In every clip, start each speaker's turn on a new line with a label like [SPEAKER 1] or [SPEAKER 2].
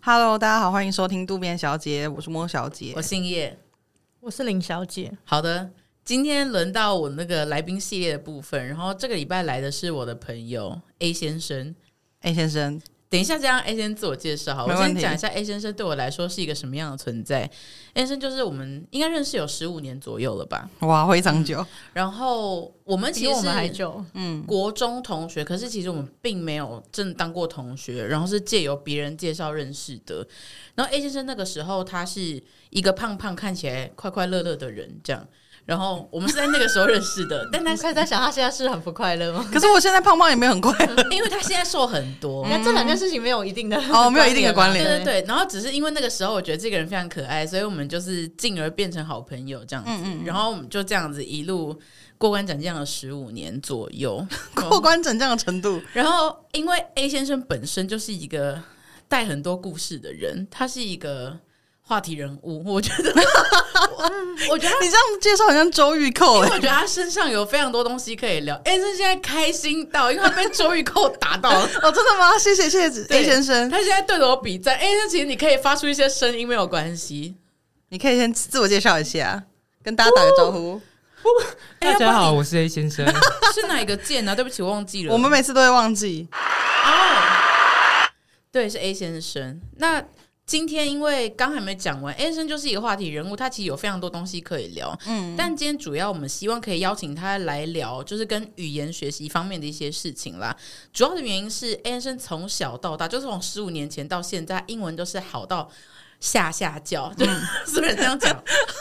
[SPEAKER 1] Hello，大家好，欢迎收听渡边小姐，我是莫小姐
[SPEAKER 2] 我。姓叶。
[SPEAKER 3] 我是林小姐，
[SPEAKER 2] 好的，今天轮到我那个来宾系列的部分，然后这个礼拜来的是我的朋友 A 先生。
[SPEAKER 1] 哎，先生，
[SPEAKER 2] 等一下，再让 A 先自我介绍好。
[SPEAKER 1] 没
[SPEAKER 2] 我
[SPEAKER 1] 问
[SPEAKER 2] 先
[SPEAKER 1] 题
[SPEAKER 2] 讲一下 A 先生对我来说是一个什么样的存在。A 先生就是我们应该认识有十五年左右了吧，
[SPEAKER 1] 哇，非常久，
[SPEAKER 2] 然后我们其
[SPEAKER 3] 比
[SPEAKER 2] 实
[SPEAKER 3] 我
[SPEAKER 2] 是
[SPEAKER 3] 们还 久。
[SPEAKER 1] 嗯，
[SPEAKER 2] 国中同学，可是其实我们并没有正当过同学，然后是借由别人介绍认识的。然后 A 先生那个时候他是一个胖胖、看起来快快乐乐的人，这样。然后我们是在那个时候认识的，但他
[SPEAKER 3] 你开始在想，他现在是很不快乐
[SPEAKER 2] 嗯
[SPEAKER 3] 吗？
[SPEAKER 1] 可是我现在胖胖也没有很 快乐，
[SPEAKER 2] 因为他现在瘦很多，
[SPEAKER 3] 那这两件事情没有一定的
[SPEAKER 1] 哦没有一定的关联
[SPEAKER 2] 对对 对。然后只是因为那个时候我觉得这个人非常可爱，所以我们就是进而变成好朋友这样子。然后我们就这样子一路过关斩将了十五年左右。
[SPEAKER 1] 过关斩将的程度，
[SPEAKER 2] 然后，因为 A 先生本身就是一个带很多故事的人，他是一个话题人物，我觉得，我我觉得
[SPEAKER 1] 你这样介绍好像周玉
[SPEAKER 2] 他，
[SPEAKER 1] 蔻
[SPEAKER 2] 因为
[SPEAKER 1] 哎、
[SPEAKER 2] 我觉得他身上有非常多东西可以聊。A 先生现在开心到，因为他被周玉蔻打 到了。
[SPEAKER 1] 哦，真的吗？谢谢谢谢 A
[SPEAKER 2] 对
[SPEAKER 1] 先生，
[SPEAKER 2] 他现在对着我比赞，哎、那其实你可以发出一些声音没有关系。
[SPEAKER 1] 你可以先自我介绍一下，跟大家打个招呼。
[SPEAKER 2] 哎要
[SPEAKER 4] 大家
[SPEAKER 2] 不然
[SPEAKER 4] 好，我是 A 先生。
[SPEAKER 2] 你 是哪一个键呢、啊？对不起，我忘记了。
[SPEAKER 1] 我们每次都会忘记，
[SPEAKER 2] 哦，对，是 A 先生。那今天因为刚还没讲完，A 先生就是一个话题人物，他其实有非常多东西可以聊。嗯，但今天主要我们希望可以邀请他来聊，就是跟语言学习方面的一些事情啦。主要的原因是 A 先生从小到大，就是从十五年前到现在，英文都是好到。下下叫，就是是不是这样讲？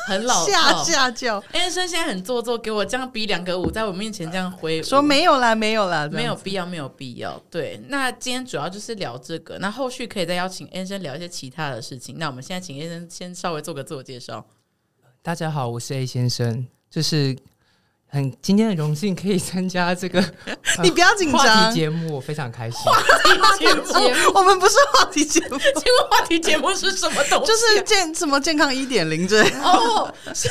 [SPEAKER 2] 很
[SPEAKER 1] 嗯
[SPEAKER 2] 老
[SPEAKER 1] 下
[SPEAKER 2] 套。
[SPEAKER 1] 下叫
[SPEAKER 2] A 先生现在很做作，给我这样比两个舞，在我面前这样挥舞，
[SPEAKER 1] 说没有啦，没有啦，这样
[SPEAKER 2] 没有必要，没有必要。对，那今天主要就是聊这个，那后续可以再邀请 N 生聊一些其他的事情。那我们现在请 N 生先稍微做个自我介 绍。
[SPEAKER 4] 大家好，我是 A 先生，就是很今天的荣幸可以参加这 个呃
[SPEAKER 1] 你不要紧
[SPEAKER 4] 话
[SPEAKER 1] 张
[SPEAKER 4] 题，节目，我非常开心。
[SPEAKER 2] 结果
[SPEAKER 3] 节 目，
[SPEAKER 1] 哦我我们不是话题节 目，
[SPEAKER 2] 结果话题节目是什么东西？
[SPEAKER 1] 就是健什么健康一点零之类的。
[SPEAKER 2] 哦，是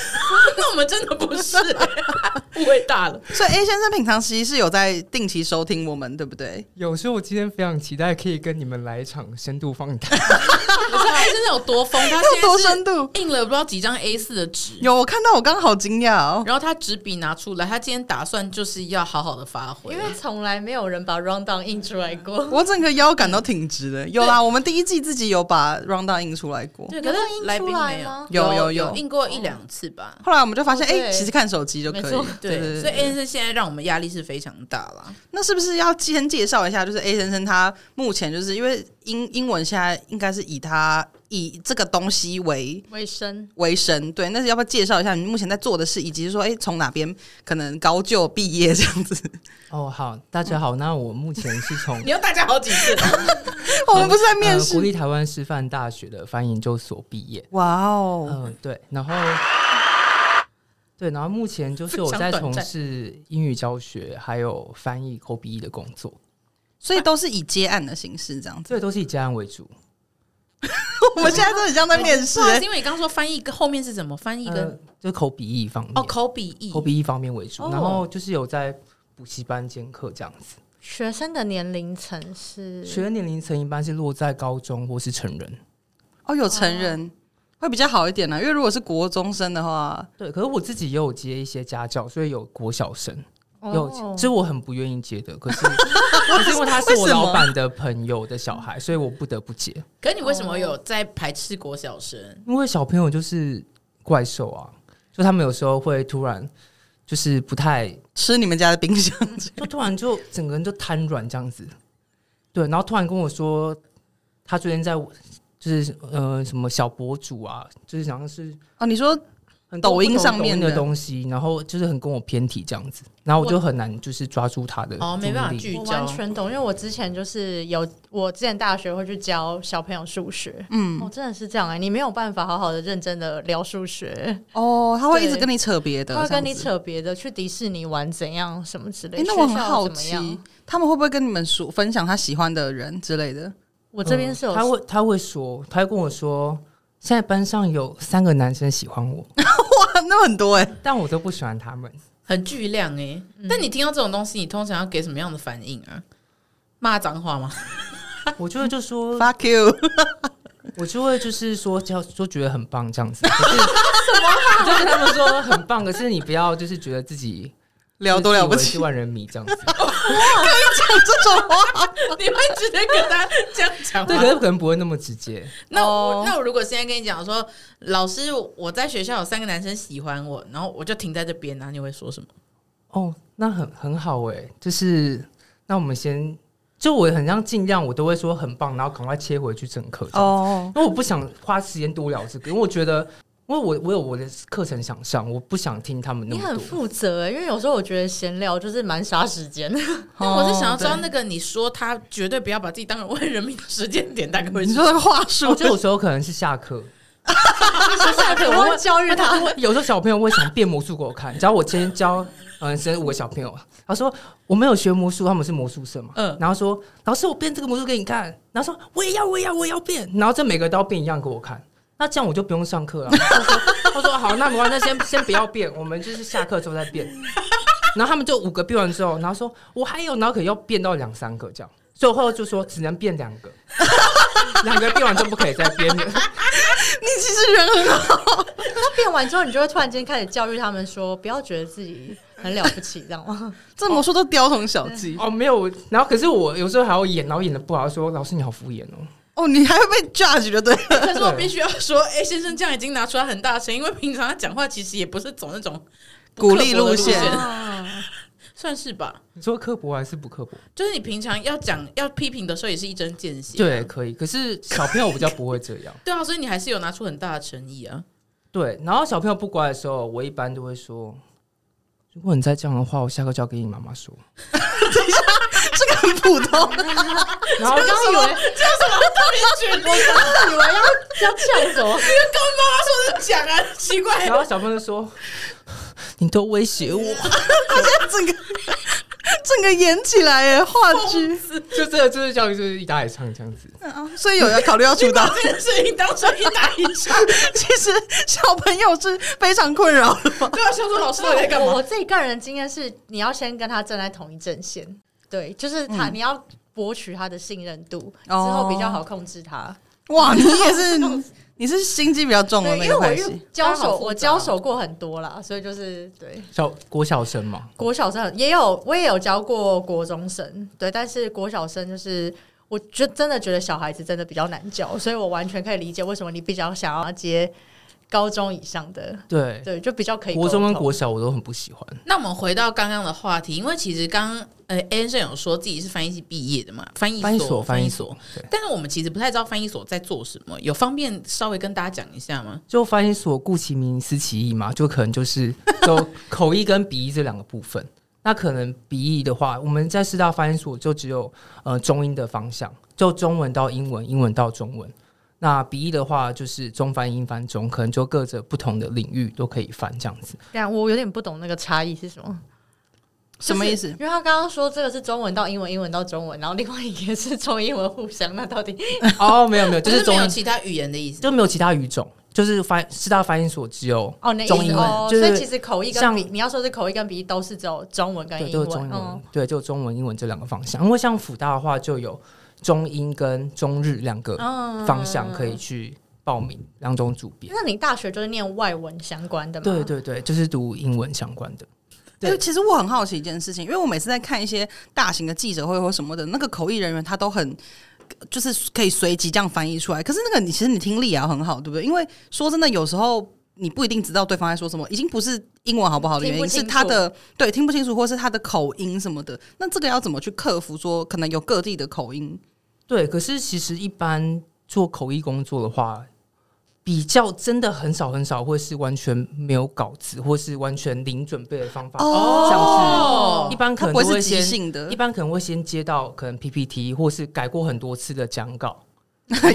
[SPEAKER 2] 那我们真的不是、误会大了。
[SPEAKER 1] 所以 A 先生平常其实是有在定期收听我们，对不对？
[SPEAKER 4] 有时候我今天非常期待可以跟你们来一场深度访 谈。
[SPEAKER 2] 你知道 N 哎生有多疯？他
[SPEAKER 1] 有多
[SPEAKER 2] 现
[SPEAKER 1] 深
[SPEAKER 2] 在
[SPEAKER 1] 度？
[SPEAKER 2] 是印了不知道几张 A 四的纸。
[SPEAKER 1] 有，我看到我刚刚好惊讶哦。
[SPEAKER 2] 然后他纸笔拿出来，他今天打算就是要好好的发挥，
[SPEAKER 3] 因为从来没有人把 round down 印出来过。
[SPEAKER 1] 我整个腰杆都挺直的。有啦，我们第一季自己有把 round down 印出来过，
[SPEAKER 2] 对，可
[SPEAKER 3] 有
[SPEAKER 2] 是
[SPEAKER 3] 印
[SPEAKER 2] 来宾
[SPEAKER 3] 出来
[SPEAKER 2] 没有
[SPEAKER 3] 吗，
[SPEAKER 1] 有有
[SPEAKER 2] 有
[SPEAKER 1] 有
[SPEAKER 2] 印过一两次吧，
[SPEAKER 1] 后来我们就发现，
[SPEAKER 3] 哦
[SPEAKER 1] 哎、
[SPEAKER 3] 对
[SPEAKER 1] 其实看手机就可以
[SPEAKER 3] 没错。
[SPEAKER 2] 对，
[SPEAKER 1] 对
[SPEAKER 2] 所以
[SPEAKER 1] 对。
[SPEAKER 2] A 先生现在让我们压力是非常大啦。
[SPEAKER 1] 那是不是要先介绍一下？就是 A 先生他目前就是因为英英文现在应该是以他以这个东西为
[SPEAKER 3] 卫生
[SPEAKER 1] 为生，对。那是要不要介绍一下你目前在做的事，以及是说，哎、从哪边可能高就毕业这样子？
[SPEAKER 4] 哦，好，大家好，那我目前是 从
[SPEAKER 2] 你要大家好几次，
[SPEAKER 1] 我们不是在面
[SPEAKER 4] 呃
[SPEAKER 1] 试
[SPEAKER 4] 国。立台湾师范大学的翻译研究所毕业。
[SPEAKER 1] 哇哦、
[SPEAKER 4] 嗯、对，然后。对，然后目前就是我
[SPEAKER 2] 非常
[SPEAKER 4] 在
[SPEAKER 2] 短
[SPEAKER 4] 从
[SPEAKER 2] 暂
[SPEAKER 4] 事英语教学还有翻译 c o p 的工作，
[SPEAKER 1] 所以都是以接案的形式这 样子。
[SPEAKER 4] 这都是以家人为主。
[SPEAKER 1] 我们现在都很像在面试、
[SPEAKER 2] 不好意
[SPEAKER 1] 哎
[SPEAKER 2] 思，因为你刚刚说翻译跟后面是怎么翻译跟、
[SPEAKER 4] 呃，就口笔译方面
[SPEAKER 2] 哦口笔译，
[SPEAKER 4] 口笔译方面为主，
[SPEAKER 2] 哦
[SPEAKER 4] 然后就是有在补习班兼课这样子。
[SPEAKER 3] 学生的年龄层是
[SPEAKER 4] 学年龄层一般是落在高中或是成人。
[SPEAKER 1] 哦，有成人、会比较好一点啊呢、因为如果是国中生的话，
[SPEAKER 4] 对，可是我自己也有接一些家教，所以有国小生，有，这
[SPEAKER 3] 哦
[SPEAKER 4] 我很不愿意接的。可 是，可是因为他是
[SPEAKER 1] 为
[SPEAKER 4] 我
[SPEAKER 1] 什么
[SPEAKER 4] 老板的朋友的小孩，所以我不得不接。
[SPEAKER 2] 可是你为什么有在排斥国小生？
[SPEAKER 4] 因为小朋友就是怪兽啊，就他们有时候会突然就是不太
[SPEAKER 1] 吃你们家的冰箱，
[SPEAKER 4] 就突然就整个人就瘫软这样子，对，然后突然跟我说，他最近在就是呃什么小博主啊，就是好像是
[SPEAKER 1] 哦，你说
[SPEAKER 4] 很
[SPEAKER 1] 抖音上面的
[SPEAKER 4] 的东西，然后就是很跟我偏题这样子，然后我就很难就是抓住他的
[SPEAKER 2] 哦，没办法
[SPEAKER 4] 注意力
[SPEAKER 2] 聚
[SPEAKER 3] 我
[SPEAKER 2] 焦
[SPEAKER 3] 完。全懂，因为我之前就是有，我之前大学会去教小朋友数学，嗯，我、真的是这样哎、你没有办法好好的认真的聊数学，
[SPEAKER 1] 哦，他会一直
[SPEAKER 3] 对
[SPEAKER 1] 跟你扯别的，
[SPEAKER 3] 他会
[SPEAKER 1] 这样
[SPEAKER 3] 跟你
[SPEAKER 1] 子。
[SPEAKER 3] 扯别的，去迪士尼玩怎样什么之
[SPEAKER 1] 哎、
[SPEAKER 3] 类，
[SPEAKER 1] 那我很
[SPEAKER 3] 学校
[SPEAKER 1] 好
[SPEAKER 3] 怎么样
[SPEAKER 1] 奇，他们会不会跟你们说分享他喜欢的人之类的？
[SPEAKER 3] 我这边是有、
[SPEAKER 4] 嗯他会他会说，他会跟我说，现在班上有三个男生喜欢我，
[SPEAKER 1] 哇，那很多哎、
[SPEAKER 4] 但我都不喜欢他们。
[SPEAKER 2] 很巨量哎、
[SPEAKER 1] 嗯
[SPEAKER 2] 但你听到这种东西，你通常要给什么样 的反应啊？骂脏话吗？
[SPEAKER 4] 我就会就说，
[SPEAKER 1] f u c k you！
[SPEAKER 4] 我就会就是说叫说觉得很棒这样 子。可是就是他们说很棒，可是你不要就是觉得自己
[SPEAKER 1] 聊多了不起，
[SPEAKER 4] 是万人迷这 样子。
[SPEAKER 1] 讲这种话，
[SPEAKER 2] 你会直接跟他这样讲
[SPEAKER 4] 对，
[SPEAKER 2] 吗
[SPEAKER 4] 可？是可能不会那么直接。
[SPEAKER 2] 那我
[SPEAKER 1] 哦
[SPEAKER 2] 那我如果现在跟你讲说，老师，我在学校有三个男生喜欢我，然后我就停在这边，然后你会说什么？
[SPEAKER 4] 哦，那很很好哎、就是那我们先，就我很像尽量，我都会说很棒，然后赶快切回去正课哦，
[SPEAKER 1] 哦，
[SPEAKER 4] 因为我不想花时间多聊这个，因为我觉得，因为我我有我的课程想上，我不想听他们那
[SPEAKER 3] 你
[SPEAKER 4] 么
[SPEAKER 3] 很
[SPEAKER 4] 多。
[SPEAKER 3] 负责、欸，因为有时候我觉得闲聊就是蛮杀时间。
[SPEAKER 2] 那我是想
[SPEAKER 4] 哦
[SPEAKER 2] 要知
[SPEAKER 1] 哦
[SPEAKER 2] 道那个你说他绝对不要把自己当成万人迷的时间点，大概会
[SPEAKER 1] 你
[SPEAKER 2] 是
[SPEAKER 1] 说的话术
[SPEAKER 3] 哦
[SPEAKER 4] 我觉得有时候可能是下课，
[SPEAKER 3] 下课我会教育他，
[SPEAKER 4] 有时候小朋友会想变魔术给我看。只要我今天教嗯，生五个小朋友，他说我没有学魔术，他们是魔术社嘛，
[SPEAKER 2] 嗯
[SPEAKER 4] 然后说老师我变这个魔术给你看，然后说我也要我也要我也要变，然后这每个都要变一样给我看，那这样我就不用上课了。他说他说好，那没关系，那先先不要变，我们就是下课之后再变。 然后他们就五个变完之后，然后说我还有，然后可能要变到两三个这样，所以我后来就说只能变两个，两个变完就不可以再变了。
[SPEAKER 1] 你其实人很好，
[SPEAKER 3] 他变完之后，你就会突然间开始教育他们说，不要觉得自己很了不起，这样吗？
[SPEAKER 1] 这魔术都雕虫小技
[SPEAKER 4] 哦，没有，然后可是我有时候还要演，然后演的不好，说老师你好敷衍哦。
[SPEAKER 1] 哦，你还会被 judge 的对了，
[SPEAKER 2] 可是我必须要说，哎、先生这样已经拿出来很大声，因为平常他讲话其实也不是走那种
[SPEAKER 1] 鼓励路
[SPEAKER 2] 不刻薄的
[SPEAKER 1] 线
[SPEAKER 2] 路线，算是吧。
[SPEAKER 4] 你说刻薄还是不刻薄？
[SPEAKER 2] 就是你平常要讲要批评的时候，也是一针见血。
[SPEAKER 4] 对，可以。可是 小朋友比较不会这样。
[SPEAKER 2] 对啊，所以你还是有拿出很大的诚意啊。
[SPEAKER 4] 对，然后小朋友不乖的时候，我一般都会说：如果你再这样的话，我下课就要跟你妈妈说。
[SPEAKER 1] 这个很普通。
[SPEAKER 4] 然后
[SPEAKER 3] 刚以为
[SPEAKER 2] 这有什么特别举例？
[SPEAKER 3] 我刚刚以为要要呛走，
[SPEAKER 2] 跟妈妈说的讲 啊，奇怪
[SPEAKER 4] 然后小朋友就说： 你都威胁我，
[SPEAKER 1] 他现在整个 整个演起来耶，话剧
[SPEAKER 4] 就这个就是教育就是一打一唱这样子。
[SPEAKER 1] 啊，所以有人考虑要出道。
[SPEAKER 2] 这个事情当成一打一 架，
[SPEAKER 1] 其实小朋友是非常困扰的吧？
[SPEAKER 2] 对啊，想说老师到底在干
[SPEAKER 3] 我
[SPEAKER 2] 嘛
[SPEAKER 3] 我？自己个人的经验是，你要先跟他站在同一阵线，对，就是他、你要博取他的信任度，之后比较好控制他。
[SPEAKER 1] 哇，你也 是，你是心机比较重的
[SPEAKER 3] 对，
[SPEAKER 1] 那
[SPEAKER 3] 因
[SPEAKER 1] 个
[SPEAKER 3] 为我
[SPEAKER 1] 关
[SPEAKER 3] 遇
[SPEAKER 1] 系。
[SPEAKER 3] 交
[SPEAKER 2] 他好
[SPEAKER 3] 手，
[SPEAKER 2] 复杂
[SPEAKER 3] 我交手过很多啦，所以就是对。
[SPEAKER 4] 小国小生嘛，
[SPEAKER 3] 国小生也有，我也有教过国中生，对，但是国小生就是。我觉真的觉得小孩子真的比较难教，所以我完全可以理解为什么你比较想要接高中以上的，
[SPEAKER 4] 对，
[SPEAKER 3] 对，就比较可以沟
[SPEAKER 4] 国中跟
[SPEAKER 3] 通
[SPEAKER 4] 国小我都很不喜欢。
[SPEAKER 2] 那我们回到刚刚的话题，因为其实刚呃 a n s o n 有说自己是翻译系毕业的嘛，翻译
[SPEAKER 4] 翻译
[SPEAKER 2] 所
[SPEAKER 4] 所，
[SPEAKER 2] 翻
[SPEAKER 4] 翻
[SPEAKER 2] 译
[SPEAKER 4] 译
[SPEAKER 2] 所
[SPEAKER 4] 所，，对。
[SPEAKER 2] 但是我们其实不太知道翻译所在做什么，有方便稍微跟大家讲一下吗？
[SPEAKER 4] 就翻译所顾其名思其义嘛，就可能就是 就口译跟笔译这两个部分。那可能笔译的话，我们在师大翻译所就只有呃中英的方向，就中文到英文，英文到中文。那笔译的话，就是中翻英翻中，可能就各着不同的领域都可以翻这样子。
[SPEAKER 3] 对啊，我有点不懂那个差异是什么，
[SPEAKER 1] 什么意思
[SPEAKER 3] 就是因为他刚刚说这个是中文到英文，英文到中文，然后另外一个是中英文互相，那到底
[SPEAKER 4] 哦，没有没有，就是
[SPEAKER 2] 没
[SPEAKER 4] 中
[SPEAKER 2] 有
[SPEAKER 4] 英
[SPEAKER 2] 其他语言的意思。
[SPEAKER 4] 就没有其他语种，就是翻师大翻译所只有
[SPEAKER 3] 哦，那意思
[SPEAKER 4] 中英文
[SPEAKER 3] 哦，
[SPEAKER 4] 就是
[SPEAKER 3] 所以其实口译跟
[SPEAKER 4] 像
[SPEAKER 3] 笔，你要说是口译跟笔译都是只有中文跟
[SPEAKER 4] 对，
[SPEAKER 3] 英
[SPEAKER 4] 就是
[SPEAKER 3] 文，
[SPEAKER 4] 中英文，
[SPEAKER 3] 嗯，
[SPEAKER 4] 对，就中文、英文这两个方向。因为像辅大的话，就有中英跟中日两个方向可以去报名，两种组别。
[SPEAKER 3] 那你大学就是念外文相关的嘛？
[SPEAKER 4] 对对对，就是读英文相关的。对
[SPEAKER 1] 对，其实我很好奇一件事情，因为我每次在看一些大型的记者会或什么的，那个口译人员他都很。就是可以随即这样翻译出来，可是那个你其实你听力也要很好，对不对？因为说真的，有时候你不一定知道对方在说什么，已经不是英文好不好的原
[SPEAKER 3] 听
[SPEAKER 1] 因，
[SPEAKER 3] 不清
[SPEAKER 1] 是
[SPEAKER 3] 楚
[SPEAKER 1] 他的对听不清楚，或是他的口音什么的。那这个要怎么去克服说可能有各地的口音？
[SPEAKER 4] 对，可是其实一般做口译工作的话，比较真的很少很少会是完全没有稿子，或是完全零准备的方法。
[SPEAKER 2] 哦
[SPEAKER 4] 一般可
[SPEAKER 1] 它
[SPEAKER 4] 能
[SPEAKER 1] 不会
[SPEAKER 4] 都
[SPEAKER 1] 是
[SPEAKER 4] 会
[SPEAKER 1] 即
[SPEAKER 4] 先
[SPEAKER 1] 兴的
[SPEAKER 4] 一，般可能会先接到可能 PPT 或是改过很多次的讲稿，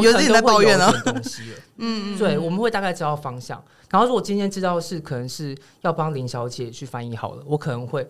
[SPEAKER 1] 有自己在抱怨
[SPEAKER 4] 了
[SPEAKER 1] 哦。
[SPEAKER 4] 东西了。嗯，对，我们会大概知道方向。然后如果今天知道是可能是要帮林小姐去翻译好了，我可能会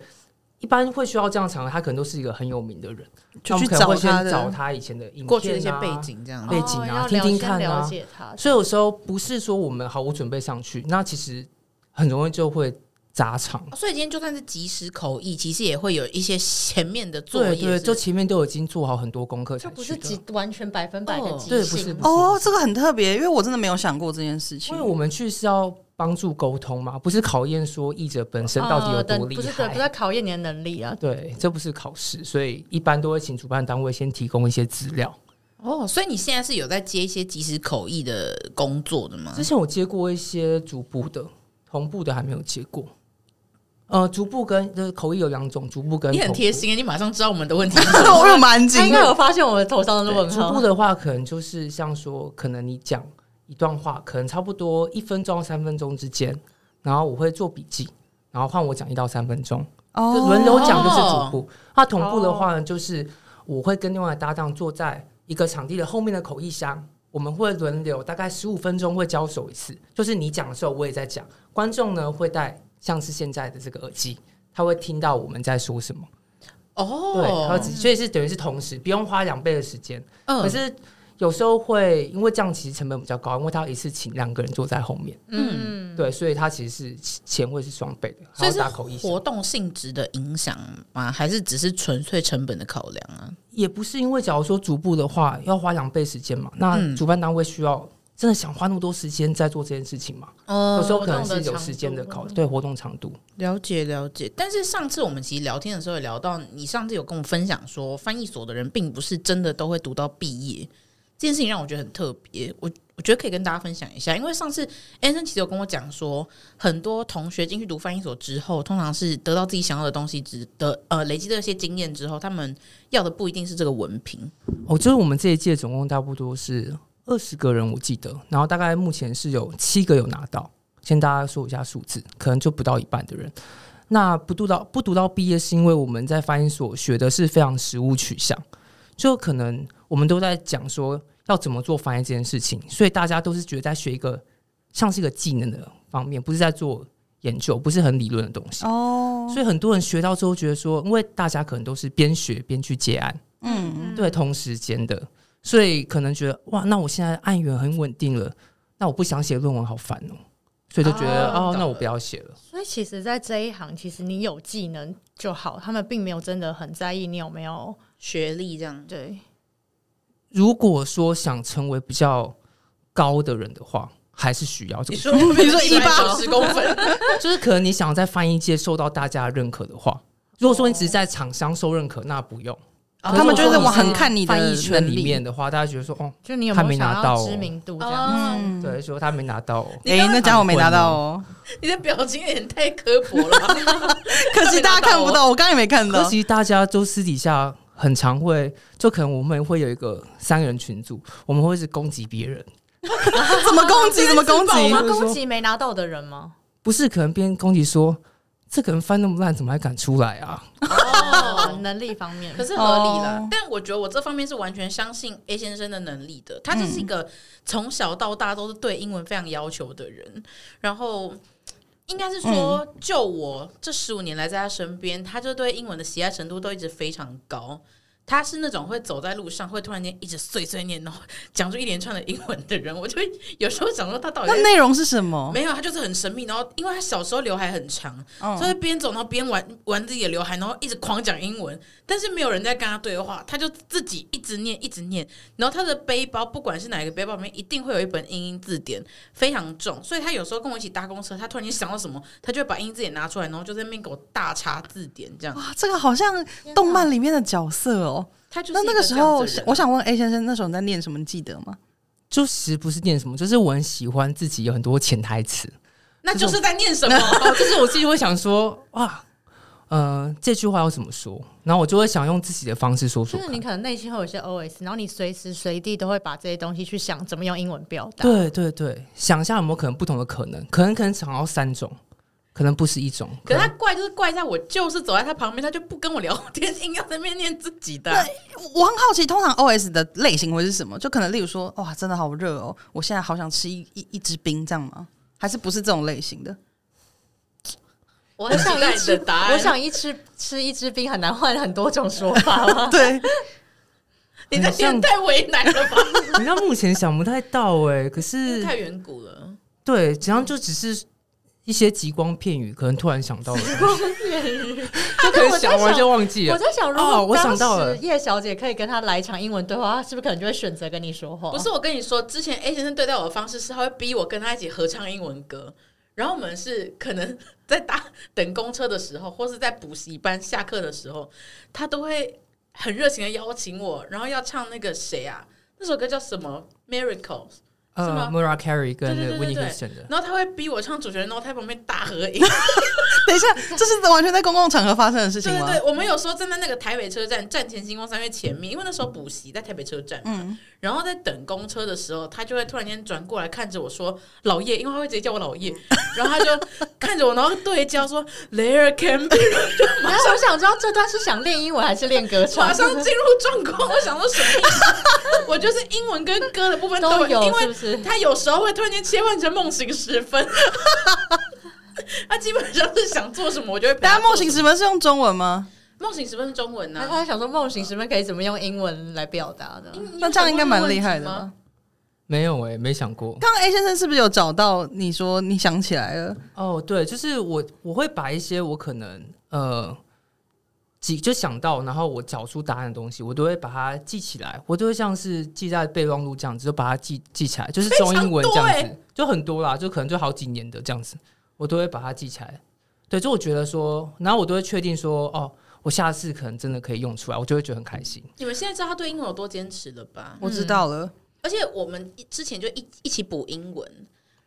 [SPEAKER 4] 一般会需要这样的场合，她可能都是一个很有名的人，
[SPEAKER 1] 就
[SPEAKER 4] 那我
[SPEAKER 1] 去
[SPEAKER 4] 们可能
[SPEAKER 1] 找他的
[SPEAKER 4] 会先找她以前的影片、啊、
[SPEAKER 2] 过去的一些背。景这样
[SPEAKER 4] 背景啊
[SPEAKER 3] 哦要
[SPEAKER 4] 听
[SPEAKER 3] 了
[SPEAKER 4] 听看啊
[SPEAKER 3] 先了解他。
[SPEAKER 4] 所以有时候不是说我们毫无准备上去，那其实很容易就会砸场。
[SPEAKER 2] 哦所以今天就算是即时口译，其实也会有一些前面的作业
[SPEAKER 4] 对
[SPEAKER 2] 是不
[SPEAKER 4] 对，
[SPEAKER 2] 是，
[SPEAKER 4] 就前面都已经做好很多功课才
[SPEAKER 3] 就不
[SPEAKER 4] 去
[SPEAKER 3] 是
[SPEAKER 4] 的。啊
[SPEAKER 3] 即完全百分百的
[SPEAKER 2] 哦
[SPEAKER 3] 即兴，
[SPEAKER 4] 对不是不是
[SPEAKER 1] 哦，这个很特别，因为我真的没有想过这件事情
[SPEAKER 4] 因 为。我们去是要帮助沟通嘛，不是考验说译者本身到底有
[SPEAKER 3] 呃等
[SPEAKER 4] 多厉
[SPEAKER 3] 不是对，不是
[SPEAKER 4] 害。
[SPEAKER 3] 在考验你的能力啊。
[SPEAKER 4] 对，这不是考试，所以一般都会请主办单位先提供一些资料。
[SPEAKER 2] 哦，所以你现在是有在接一些即时口译的工作的吗
[SPEAKER 4] 之？前我接过一些逐步的，同步的还没有接过。呃，逐步跟就是口译有两种，逐步跟
[SPEAKER 2] 你很
[SPEAKER 4] 同步
[SPEAKER 2] 贴。心，你马上知道我们的问 题是什么。
[SPEAKER 1] 我有蛮
[SPEAKER 3] 他
[SPEAKER 1] 惊
[SPEAKER 3] 应该有发现我的头上的
[SPEAKER 4] 对
[SPEAKER 2] 哦
[SPEAKER 3] 问
[SPEAKER 4] 逐啊步
[SPEAKER 3] 号。
[SPEAKER 4] 呃的话，可能就是像说，可能你讲一段话，可能差不多一分钟、三分钟之间，然后我会做笔记，然后换我讲一到三分钟。
[SPEAKER 1] 哦
[SPEAKER 4] 就轮流讲就是主部。那同步的话呢，就是我会跟另外的搭档坐在一个场地的后面的口译箱，我们会轮流，大概十五分钟会交手一次。就是你讲的时候，我也在讲，观众呢会戴像是现在的这个耳机，他会听到我们在说什么。对，他会
[SPEAKER 2] 哦
[SPEAKER 4] 只，所以是等于是同时，不用花两倍的时间。
[SPEAKER 2] 嗯
[SPEAKER 4] 可是有时候会因为这样其实成本比较高，因为他要一次请两个人坐在后面，
[SPEAKER 3] 嗯，
[SPEAKER 4] 对，所以他其实是钱会是双倍的，
[SPEAKER 2] 所
[SPEAKER 4] 还
[SPEAKER 2] 以
[SPEAKER 4] 要
[SPEAKER 2] 是
[SPEAKER 4] 打口译箱。
[SPEAKER 2] 活动性质的影响吗？还是只是纯粹成本的考量啊？
[SPEAKER 4] 也不是因为，假如说逐步的话，要花两倍时间嘛，那
[SPEAKER 2] 嗯
[SPEAKER 4] 主办单位需要真的想花那么多时间在做这件事情嘛？
[SPEAKER 2] 哦
[SPEAKER 4] 有时候
[SPEAKER 3] 活
[SPEAKER 4] 可能
[SPEAKER 3] 动的
[SPEAKER 4] 是有
[SPEAKER 3] 长
[SPEAKER 4] 时间的
[SPEAKER 3] 度嗯
[SPEAKER 4] 考，对活动长度，
[SPEAKER 2] 了解了解，但是上次我们其实聊天的时候也聊到，你上次有跟我分享说，翻译所的人并不是真的都会读到毕业，这件事情让我觉得很特别。我我觉得可以跟大家分享一下，因为上次 Anson 其实有跟我讲说，很多同学进去读翻译所之后，通常是得到自己想要的东西之的呃累积这些经验之后，他们要的不一定是这个文凭。
[SPEAKER 4] 哦，就是我们这一届总共差不多是二十个人，我记得，然后大概目前是有七个有拿到，先大家说一下数字，可能就不到一半的人。那不读到不读到毕业，是因为我们在翻译所学的是非常实务取向，就可能我们都在讲说要怎么做翻译这件事情，所以大家都是觉得在学一个像是一个技能的方面，不是在做研究，不是很理论的东西。
[SPEAKER 1] 哦，
[SPEAKER 4] 所以很多人学到之后觉得说，因为大家可能都是边学边去接案，
[SPEAKER 1] 嗯，
[SPEAKER 4] 对，同时间的，所以可能觉得哇，那我现在案源很稳定了，那我不想写论文，好烦哦、所以就觉得
[SPEAKER 2] 哦
[SPEAKER 4] 哦
[SPEAKER 2] 懂
[SPEAKER 4] 那我
[SPEAKER 2] 了
[SPEAKER 4] 不要写了。
[SPEAKER 3] 所以其实，在这一行，其实你有技能就好，他们并没有真的很在意你有没有
[SPEAKER 2] 学历这样，
[SPEAKER 3] 对。
[SPEAKER 4] 如果说想成为比较高的人的话，还是需要这 个，
[SPEAKER 1] 你说一八
[SPEAKER 2] 十公分，
[SPEAKER 4] 就是可能你想要在翻译界受到大家的认可的话，如果说你只是在厂商受认可，那不用。
[SPEAKER 1] 哦他们觉得我很
[SPEAKER 2] 哦
[SPEAKER 4] 可
[SPEAKER 1] 看你的
[SPEAKER 4] 翻译圈
[SPEAKER 1] 能
[SPEAKER 4] 里
[SPEAKER 1] 力
[SPEAKER 4] 面的话，大家觉得说哦，
[SPEAKER 3] 就你有
[SPEAKER 4] 还
[SPEAKER 3] 有
[SPEAKER 4] 没拿
[SPEAKER 3] 想
[SPEAKER 4] 到
[SPEAKER 3] 要
[SPEAKER 4] 哦
[SPEAKER 3] 知名度这样？
[SPEAKER 2] 哦，
[SPEAKER 1] 嗯，
[SPEAKER 4] 对，说他没拿到、哦。
[SPEAKER 1] 哎、那家我没拿到哦，
[SPEAKER 2] 你的表情有点太刻薄了吧。
[SPEAKER 1] 可惜大家看不到，我刚刚也没看
[SPEAKER 4] 可
[SPEAKER 1] 到。
[SPEAKER 4] 惜大家都私底下很常会，就可能我们会有一个三个人群组，我们会是攻击别人，
[SPEAKER 1] 怎么攻击？怎么攻
[SPEAKER 4] 这
[SPEAKER 3] 我
[SPEAKER 4] 样
[SPEAKER 1] 击
[SPEAKER 4] 子？
[SPEAKER 3] 们攻击没拿到的人吗？
[SPEAKER 4] 不是可能别人攻击说这个人翻那么烂，怎么还敢出来啊？
[SPEAKER 3] 哦
[SPEAKER 2] 哦，，
[SPEAKER 3] 能力方面
[SPEAKER 2] 可，是合理啦。
[SPEAKER 1] 哦
[SPEAKER 2] 但我觉得我这方面是完全相信 A 先生的能力的，他就是一个从小到大都是对英文非常要求的人。然后应该是说，就我这十五年来在他身边，他就对英文的喜爱程度都一直非常高。他是那种会走在路上会突然间一直碎碎念，然后讲出一连串的英文的人，我就会有时候想说他到底
[SPEAKER 1] 那
[SPEAKER 2] 在
[SPEAKER 1] 内容是什么？
[SPEAKER 2] 没有，他就是很神秘。然后因为他小时候刘海很长，
[SPEAKER 1] 嗯
[SPEAKER 2] 所以边走然后边玩玩自己的刘海，然后一直狂讲英文，但是没有人在跟他对话，他就自己一直念一直念。然后他的背包不管是哪一个背包里面，一定会有一本英英字典，非常重。所以他有时候跟我一起搭公车，他突然间想到什么，他就会把英英字典拿出来，然后就在那边给我大查字典这样。
[SPEAKER 1] 哇，这个好像动漫里面的角色哦。
[SPEAKER 2] 他就是
[SPEAKER 1] 那
[SPEAKER 2] 一
[SPEAKER 1] 那个时
[SPEAKER 2] 这样
[SPEAKER 1] 候
[SPEAKER 2] 子的人，
[SPEAKER 1] 我想问 A 先生，那时候你在念什么？你记得吗？
[SPEAKER 4] 就其实不是念什么，就是我很喜欢自己有很多潜台 词，
[SPEAKER 2] 那就是在念什么？
[SPEAKER 4] 哦就是我自己会想说哇，呃，这句话要怎么说，然后我就会想用自己的方式说
[SPEAKER 3] 就
[SPEAKER 4] 说
[SPEAKER 3] 是
[SPEAKER 4] 看
[SPEAKER 3] 你。可能内心会有一些 OS，然后你随时随地都会把这些东西去想怎么用英文表达。
[SPEAKER 4] 对对对，想一下有没有可能不同的可能，可能可能想要三种，可能不是一种。
[SPEAKER 2] 可是他怪就是怪在我就是走在他旁边，他就不跟我聊天，硬要在那边念自己的啊、
[SPEAKER 1] 我很好奇，通常 OS 的类型会是什么？就可能例如说，哇，真的好热哦，我现在好想吃一一一支冰，这样吗？还是不是这种类型的？？
[SPEAKER 2] 我
[SPEAKER 3] 我
[SPEAKER 2] 很期
[SPEAKER 3] 想
[SPEAKER 2] 待
[SPEAKER 3] 一
[SPEAKER 2] 你
[SPEAKER 3] 吃
[SPEAKER 2] 的答，案。
[SPEAKER 3] 我想一吃吃一支冰，很难换很多种说法吗
[SPEAKER 1] 对，
[SPEAKER 2] 你的天太为难了吧？
[SPEAKER 4] 你知道目前想不太到哎、可是
[SPEAKER 2] 太远古了。
[SPEAKER 4] 对，好像就只是一些极光片语，可能突然想到了，
[SPEAKER 2] 啊
[SPEAKER 4] 就可能想完就忘记
[SPEAKER 3] 我
[SPEAKER 4] 了。
[SPEAKER 3] 在想，如
[SPEAKER 4] 哦
[SPEAKER 3] 果
[SPEAKER 4] 我想
[SPEAKER 3] 当
[SPEAKER 4] 到了
[SPEAKER 3] 时叶小姐可以跟他来一场英文对话，她是不是可能就会选择跟你说话？
[SPEAKER 2] 不是我跟你说，之前 A 先生对待我的方式是，他会逼我跟他一起合唱英文歌，然后我们是可能在搭等公车的时候，或是在补习班下课的时候，他都会很热情的邀请我，然后要唱那个谁啊，那首歌叫什么？Miracles。是
[SPEAKER 4] 呃
[SPEAKER 2] 吗
[SPEAKER 4] ，Mariah Carey 跟那
[SPEAKER 2] 对对对
[SPEAKER 4] 个 Whitney
[SPEAKER 2] 对
[SPEAKER 4] Houston 的，
[SPEAKER 2] 然后他会逼我唱主角人，然后他在旁边大合影。
[SPEAKER 1] 等一下，这是完全在公共场合发生的事情
[SPEAKER 2] 对
[SPEAKER 1] 吗？
[SPEAKER 2] 对对，我们有时候站在那个台北车站站前星光三月前面，因为那时候补习在台北车站，
[SPEAKER 1] 嗯，
[SPEAKER 2] 然后在等公车的时候，他就会突然间转过来看着我说“老叶”，因为他会直接叫我老叶，
[SPEAKER 1] 嗯
[SPEAKER 2] 然后他就看着我，然后对焦说 “There can be”，
[SPEAKER 3] 然后我想知道这段是想练英文还是练歌唱？
[SPEAKER 2] 马上进入状况。 我想说什么意思？我就是英文跟歌的部分
[SPEAKER 3] 都
[SPEAKER 2] 有，因
[SPEAKER 3] 有，
[SPEAKER 2] 为
[SPEAKER 3] 是不是？
[SPEAKER 2] 他有时候会突然间切换成梦醒时分。 他基本上是想做什么，我就会陪
[SPEAKER 1] 大
[SPEAKER 2] 他
[SPEAKER 1] 家
[SPEAKER 2] 做
[SPEAKER 1] 梦
[SPEAKER 2] 什么。
[SPEAKER 1] 醒时分是用中文吗？
[SPEAKER 2] 梦醒时分是中文啊呢、
[SPEAKER 3] 那他想说梦醒时分可以怎么用英文来表达的？
[SPEAKER 2] 英
[SPEAKER 1] 那这样应该蛮厉害的？
[SPEAKER 2] 英文有问题吗
[SPEAKER 1] 吧？
[SPEAKER 4] 没有哎、没想过。
[SPEAKER 1] 刚刚 A 先生是不是有找到？你说你想起来了，
[SPEAKER 2] 嗯
[SPEAKER 4] 哦，对，就是我我会把一些我可能呃记就想到，然后我找出答案的东西，我都会把它记起来，我就会像是记在备忘录这样子，就把它记记起来，就是中英文这样
[SPEAKER 2] 非
[SPEAKER 1] 欸
[SPEAKER 4] 子，就很多啦，就可能就好几年的这样子，我都会把它记起来。对，就我觉得说，然后我都会确定说，哦，我下次可能真的可以用出来，我就会觉得很开心。
[SPEAKER 2] 你们现在知道他对英文有多坚持了吧？
[SPEAKER 1] 我知道了。
[SPEAKER 2] 而且我们一之前就一一起补英文，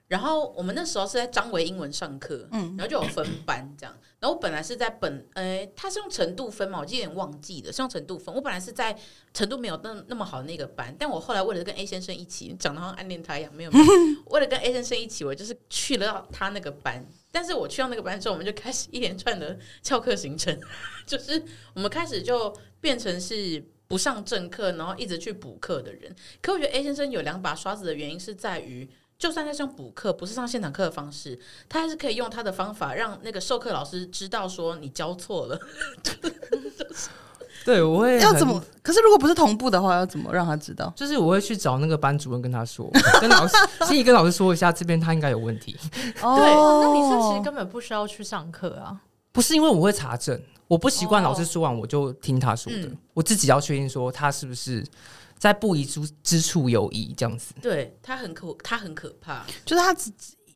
[SPEAKER 2] 然后我们那时候是在张维英文上课，嗯，然后就有分班这样。然后我本来是在本，呃，他是用程度分嘛，我有点忘记了，是用程度分。我本来是在程度没有那那么好的那个班，但我后来为了跟 A 先生一起，长得好像暗恋他一样，没有，没有为了跟 A 先生一起，我就是去了到他那个班。但是我去到那个班之后，我们就开始一连串的翘课行程，就是我们开始就变成是不上正课，然后一直去补课的人。可我觉得 A 先生有两把刷子的原因是在于，就算他是用补课，不是上现场课的方式，他还是可以用他的方法让那个授课老师知道说你教错了。
[SPEAKER 4] 对，啊我会
[SPEAKER 1] 要
[SPEAKER 4] 很
[SPEAKER 1] 怎么？可是如果不是同步的话，要怎么让他知道？
[SPEAKER 4] 就是我会去找那个班主任跟他说，跟老师 先跟老师说一下，这边他应该有问题。
[SPEAKER 3] 哦那你是不是其实根本不需要去上课啊？
[SPEAKER 4] 不是因为我会查证，我不习惯老师说完我就听他说的，
[SPEAKER 2] 嗯
[SPEAKER 4] 我自己要确定说他是不是在不宜之之处有疑这样子。
[SPEAKER 2] 对 他很可，他很可怕。
[SPEAKER 1] 就是他只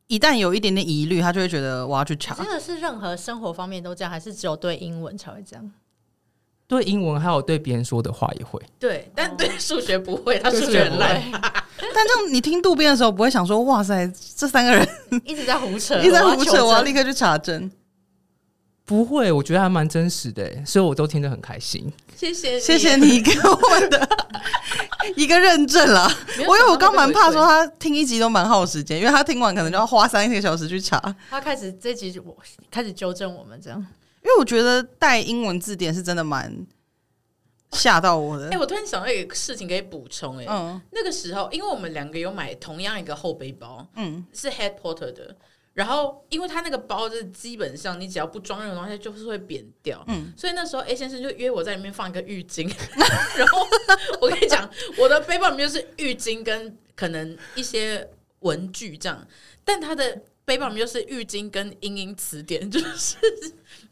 [SPEAKER 1] 一旦有一点点疑虑，他就会觉得我要去查
[SPEAKER 3] 真。的是任何生活方面都这样，还是只有对英文才会这样？
[SPEAKER 4] 对英文还有对别人说的话也会，
[SPEAKER 2] 对，但
[SPEAKER 3] 哦
[SPEAKER 2] 对数学不会，他
[SPEAKER 4] 对
[SPEAKER 2] 数
[SPEAKER 4] 数学
[SPEAKER 2] 学很
[SPEAKER 4] 不
[SPEAKER 2] 烂。
[SPEAKER 1] 但这样你听渡边的时候，不会想说哇塞，这三个人
[SPEAKER 3] 一直在胡扯，
[SPEAKER 1] 一直在胡扯，
[SPEAKER 3] 我
[SPEAKER 1] 我
[SPEAKER 3] 要
[SPEAKER 1] 要
[SPEAKER 3] 求
[SPEAKER 1] 立刻去查证。
[SPEAKER 4] 不会，我觉得还蛮真实的欸，所以我都听得很开心。
[SPEAKER 2] 谢谢，
[SPEAKER 1] 谢谢。你给我们的一个认证啦。
[SPEAKER 2] 没有
[SPEAKER 1] 我因为我
[SPEAKER 2] 想到
[SPEAKER 1] 刚
[SPEAKER 2] 那
[SPEAKER 1] 蛮
[SPEAKER 2] 个
[SPEAKER 1] 怕
[SPEAKER 2] 回馈
[SPEAKER 1] 说他听一集都蛮耗时间，因为他听完可能就要花三个小时去查。
[SPEAKER 3] 他开始这集我开始纠正我们这样，
[SPEAKER 1] 因为我觉得带英文字典是真的蛮吓到我的
[SPEAKER 2] 哎、。我突然想到一个事情可以补充、哎、
[SPEAKER 1] 嗯
[SPEAKER 2] 那个时候因为我们两个有买同样一个后背包，
[SPEAKER 1] 嗯，
[SPEAKER 2] 是 Head Porter 的。然后，因为他那个包就是基本上你只要不装任何东西，它就是会扁掉。
[SPEAKER 1] 嗯
[SPEAKER 2] 所以那时候 A 先生就约我在里面放一个浴巾， 然后我跟你讲，我的背包里面就是浴巾跟可能一些文具这样，但他的背包里面就是浴巾跟英英词典，就是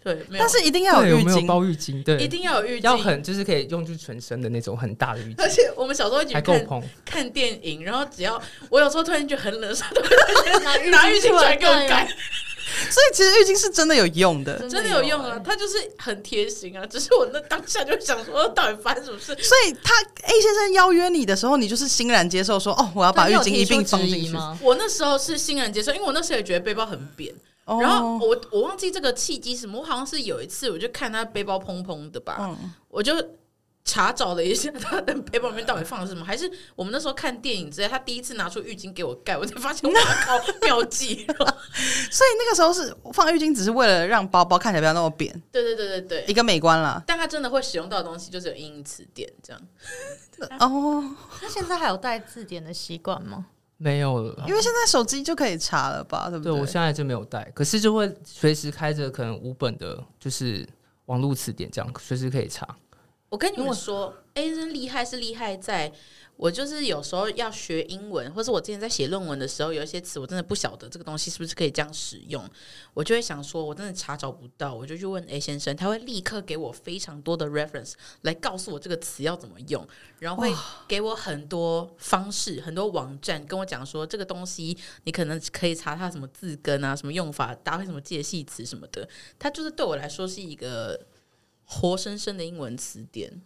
[SPEAKER 2] 对，没有，
[SPEAKER 1] 但是一定要
[SPEAKER 4] 对有
[SPEAKER 1] 浴
[SPEAKER 4] 没有
[SPEAKER 1] 巾，
[SPEAKER 4] 包浴巾？对，
[SPEAKER 2] 一定要有浴巾，
[SPEAKER 4] 要很就是可以用去全身的那种很大的浴
[SPEAKER 2] 而
[SPEAKER 4] 巾，
[SPEAKER 2] 且我们小时候一起
[SPEAKER 4] 还够
[SPEAKER 2] 看
[SPEAKER 4] 蓬。
[SPEAKER 2] 看电影，然后只要我有时候突然就很冷的时候，都会
[SPEAKER 3] 拿浴
[SPEAKER 2] 拿浴巾出来给我盖
[SPEAKER 3] 盖，，
[SPEAKER 1] 所以其实浴巾是真的有用的。欸
[SPEAKER 2] 真的有用啊！！他就是很贴心啊，只 是我那当下就想说， 到底发生什么事？
[SPEAKER 1] 所以他 A 先生邀约你的时候，你就是欣然接受说，哦，我要
[SPEAKER 3] 要
[SPEAKER 1] 把浴巾一并放进去。
[SPEAKER 3] 吗？
[SPEAKER 2] 我那时候是欣然接受，因为我那时候也觉得背包很扁。
[SPEAKER 1] 哦
[SPEAKER 2] 然后我我忘记这个契机是什么，我好像是有一次我就看他背包蓬蓬的吧，
[SPEAKER 1] 嗯，
[SPEAKER 2] 我就查找了一下他的背包里面到底放了什 么，还是我们那时候看电影之类，他第一次拿出浴巾给我盖，我才发现我靠妙 计。
[SPEAKER 1] 所以那个时候是放浴巾，只是为了让包包看起来不要那么扁，
[SPEAKER 2] 对对对对
[SPEAKER 1] 一
[SPEAKER 2] 对。
[SPEAKER 1] 个美观啦。
[SPEAKER 2] 但他真的会使用到的东西就是有英英词典这样，
[SPEAKER 1] 哦，
[SPEAKER 3] 他现在还有带字典的习惯吗？
[SPEAKER 4] 没有了
[SPEAKER 1] 因。为现在手机就可以查了吧，对不
[SPEAKER 4] 对我现在就没有带，可是就会随时开着可能五本的，就是网络词典这样，随时可以查。
[SPEAKER 2] 我跟你们说，A 生厉害是厉害在，我就是有时候要学英文，或是我之前在写论文的时候，有一些词我真的不晓得这个东西是不是可以这样使用，我就会想说，我真的查找不到，我就去问 A 先生，他会立刻给我非常多的 reference 来告诉我这个词要怎么用，然后会给我很多方式、很多网站跟我讲说这个东西你可能可以查它什么字根啊、什么用法、搭配什么介系词什么的，它就是对我来说是一个。活生生的英文词典，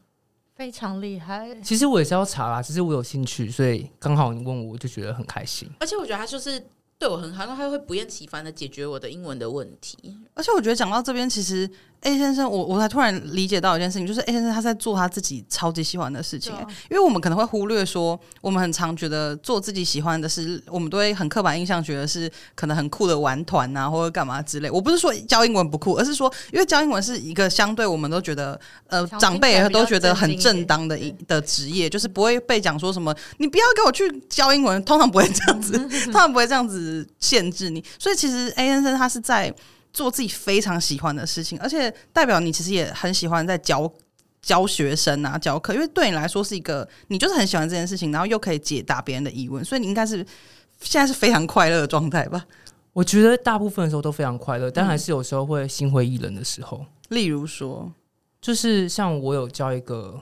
[SPEAKER 3] 非常厉害。
[SPEAKER 4] 其实我也是要查啦，只是我有兴趣，所以刚好你问我，我就觉得很开心。
[SPEAKER 2] 而且我觉得他就是对我很好，他会不厌其烦的解决我的英文的问题。
[SPEAKER 1] 而且我觉得讲到这边，其实 A 先生，我我才突然理解到一件事情，就是 A 先生他在做他自己超级喜欢的事情、
[SPEAKER 3] 对啊
[SPEAKER 1] 因为我们可能会忽略说，我们很常觉得做自己喜欢的事，我们都会很刻板印象，觉得是可能很酷的玩团啊，或者干嘛之类。我不是说教英文不酷，而是说，因为教英文是一个相对我们都觉得呃
[SPEAKER 3] 常
[SPEAKER 1] 长辈
[SPEAKER 3] 听起来比较
[SPEAKER 1] 都觉得很
[SPEAKER 3] 正经一
[SPEAKER 1] 正
[SPEAKER 3] 点
[SPEAKER 1] 当的一的职业，就是不会被讲说什么你不要给我去教英文，通常不会这 样子，通常不会这样子限制你。所以其实 A 先生他是在。做自己非常喜欢的事情，而且代表你其实也很喜欢在教教学生啊教课，因为对你来说是一个你就是很喜欢这件事情，然后又可以解答别人的疑问，所以你应该是现在是非常快乐的状态吧？
[SPEAKER 4] 我觉得大部分的时候都非常快乐，但还是有时候会心灰意冷的时候。
[SPEAKER 1] 例如说，
[SPEAKER 4] 就是像我有教一个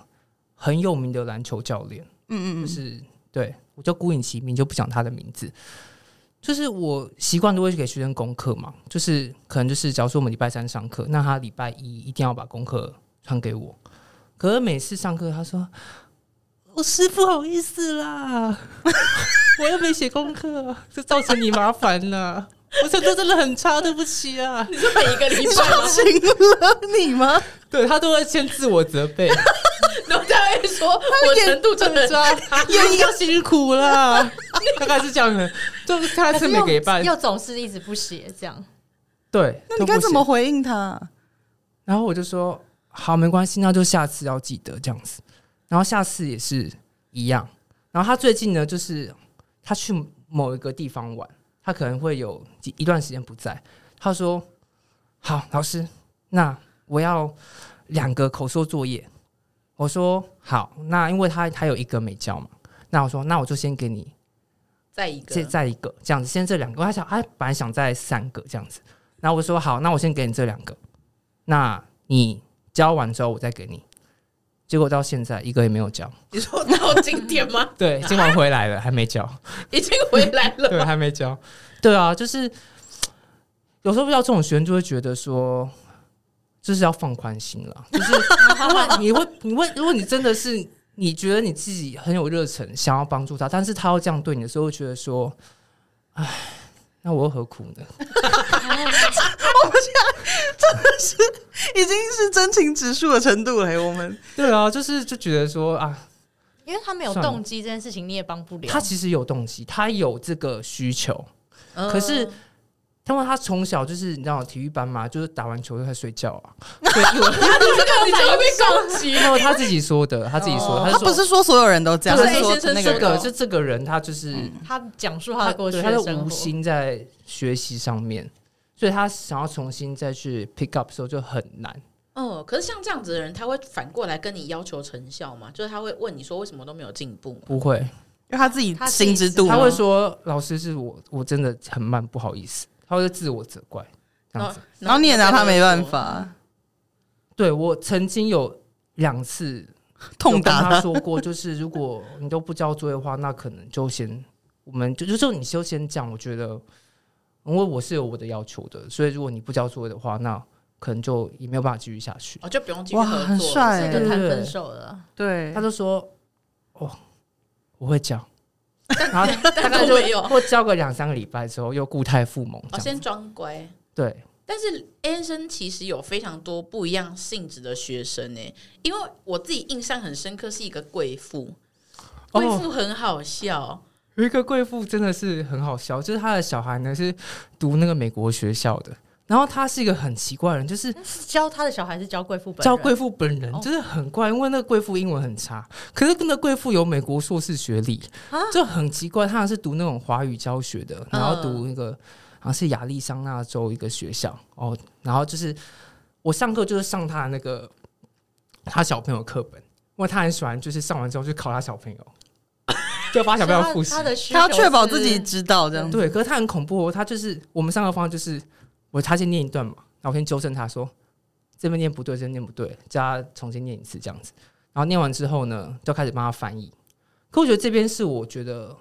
[SPEAKER 4] 很有名的篮球教练，嗯嗯就是对我叫孤影其名，就不讲他的名字。就是我习惯都会给学生功课嘛，就是可能就是假如说我们礼拜三上课，那他礼拜一一定要把功课传给我。可是每次上课，他说：“我、师傅好意思啦， 我又没写功课，就造成你麻烦了。我程度真的很差，对不起啊。”
[SPEAKER 2] 你是每一个礼拜
[SPEAKER 1] 吵醒了你吗？
[SPEAKER 4] 对他都会先自我责备。
[SPEAKER 2] 然后他会说我程度真的
[SPEAKER 4] 抓， 又又辛苦了，大概是这样的，就是他是每个礼拜
[SPEAKER 3] 又总是一直不写这 样。
[SPEAKER 4] 对。
[SPEAKER 1] 那你该怎么
[SPEAKER 4] 都不行？
[SPEAKER 1] 回应他？
[SPEAKER 4] 然后我就说好，没关系，那就下次要记得这样子。然后下次也是一样。然后他最近呢，就是他去某一个地方玩，他可能会有几一段时间不在。他说：“好，老师，那我要两个口说作业。”我说：“好，那因为他他有一个没交嘛，那我说那我就先给你
[SPEAKER 2] 再一个
[SPEAKER 4] 再，再一个这样子，先这两个。我还想，哎，本来想再三个这样子，然后我说好，那我先给你这两个，那你交完之后我再给你。结果到现在一个也没有交，
[SPEAKER 2] 你说到今天吗？
[SPEAKER 4] 对，今晚回来了还没交，
[SPEAKER 2] 已经回来 了，
[SPEAKER 4] 对，还没交，对啊，就是有时候遇到这种学生就会觉得说，就是要放宽心了，就是因为你会，你会，如果你真的是你觉得你自己很有热忱，想要帮助他，但是他要这样对你的时候，会觉得说，哎，那我又何苦呢？
[SPEAKER 3] 哦
[SPEAKER 1] 已经是真情指数的程度了、我们
[SPEAKER 4] 对啊，就是就觉得说啊，
[SPEAKER 3] 因为他没有
[SPEAKER 4] 算了
[SPEAKER 3] 动机这件事情，你也帮不了。
[SPEAKER 4] 他其实有动机，他有这个需求，
[SPEAKER 2] 嗯
[SPEAKER 4] 可是因为他从小就是你知道体育班嘛，就是打完球就开始睡觉啊，所以
[SPEAKER 2] 这
[SPEAKER 4] 我
[SPEAKER 2] 个你就会被攻击。
[SPEAKER 4] 没有他自己说的，他自己说，
[SPEAKER 2] 哦
[SPEAKER 1] 他
[SPEAKER 4] 就
[SPEAKER 1] 不
[SPEAKER 4] 说
[SPEAKER 1] 是说所有人都这样，
[SPEAKER 2] 就是
[SPEAKER 1] 他是
[SPEAKER 2] A
[SPEAKER 1] 说
[SPEAKER 2] 先生
[SPEAKER 1] 那
[SPEAKER 4] 这
[SPEAKER 1] 个
[SPEAKER 2] 说
[SPEAKER 4] 个
[SPEAKER 2] 的
[SPEAKER 4] 就这个人他就是
[SPEAKER 3] 他讲述他
[SPEAKER 4] 他
[SPEAKER 3] 的过去
[SPEAKER 4] 对
[SPEAKER 3] 的
[SPEAKER 4] 他
[SPEAKER 3] 生
[SPEAKER 4] 的
[SPEAKER 3] 活
[SPEAKER 4] 无心在学习上面，所以他想要重新再去 pick up 的时候就很难。
[SPEAKER 2] 嗯，可是像这样子的人，他会反过来跟你要求成效吗？就是他会问你说为什么都没有进步吗？
[SPEAKER 4] 不会，
[SPEAKER 1] 因为他自己
[SPEAKER 3] 他自
[SPEAKER 1] 心
[SPEAKER 3] 己
[SPEAKER 1] 知肚明，
[SPEAKER 4] 他会说老师是我，我真的很慢，不好意思，他会自我责怪这
[SPEAKER 2] 哦
[SPEAKER 4] 样子。
[SPEAKER 1] 然后你也拿他没办，
[SPEAKER 2] 然后
[SPEAKER 1] 法，
[SPEAKER 4] 对我曾经有两次
[SPEAKER 1] 痛打
[SPEAKER 4] 有跟他
[SPEAKER 1] 他。
[SPEAKER 4] 说过，就是如果你都不交作业的话，那可能就先我们就就就你就先这样。我觉得，因为我是有我的要求的，所以如果你不交作业的话，那可能就也没有办法继续下去。
[SPEAKER 2] 哦，就不用继续
[SPEAKER 1] 哇，
[SPEAKER 2] 合作了。
[SPEAKER 1] 很帅、
[SPEAKER 3] 所以
[SPEAKER 4] 对
[SPEAKER 3] 就
[SPEAKER 4] 对
[SPEAKER 1] 欸！
[SPEAKER 3] 谈
[SPEAKER 4] 对
[SPEAKER 3] 分手了。
[SPEAKER 1] 对
[SPEAKER 4] 他，就说：“哦，我 会交。”然后大
[SPEAKER 2] 但
[SPEAKER 4] 概
[SPEAKER 2] 是
[SPEAKER 4] 就
[SPEAKER 2] 我没有，
[SPEAKER 4] 或交个两三个礼拜之后，又固态复萌
[SPEAKER 2] 哦，
[SPEAKER 4] 这样。
[SPEAKER 2] 先装乖。
[SPEAKER 4] 对，
[SPEAKER 2] 但是 A 生其实有非常多不一样性质的学生呢、因为我自己印象很深刻是一个贵妇，
[SPEAKER 4] 哦
[SPEAKER 2] 贵妇很好笑，
[SPEAKER 4] 有一个贵妇真的是很好笑，就是她的小孩呢是读那个美国学校的，然后她是一个很奇怪的人，就是
[SPEAKER 3] 教他的小孩是教贵妇本人，
[SPEAKER 4] 叫贵妇本人
[SPEAKER 3] 哦
[SPEAKER 4] 就是很怪，因为那个贵妇英文很差，可是那个贵妇有美国硕士学历，
[SPEAKER 3] 啊
[SPEAKER 4] 就很奇怪。她是读那种华语教学的，
[SPEAKER 3] 嗯
[SPEAKER 4] 然后读那个好像是亚利桑那州一个学校哦，然后就是我上课就是上她的那个他小朋友课本，因为他很喜欢就是上完之后去考他小朋友， 就发小朋友复习
[SPEAKER 3] 他。的需
[SPEAKER 1] 他要
[SPEAKER 3] 求
[SPEAKER 1] 确保
[SPEAKER 3] 是
[SPEAKER 1] 自己知道这样子。
[SPEAKER 4] 对，可是他很恐怖哦，他就是我们上课方式就是我他先念一段嘛，然后我先纠正他说这边念不对，这边念不对，叫他重新念一次这样子。然后念完之后呢，就开始帮他翻译。可我觉得这边是我觉得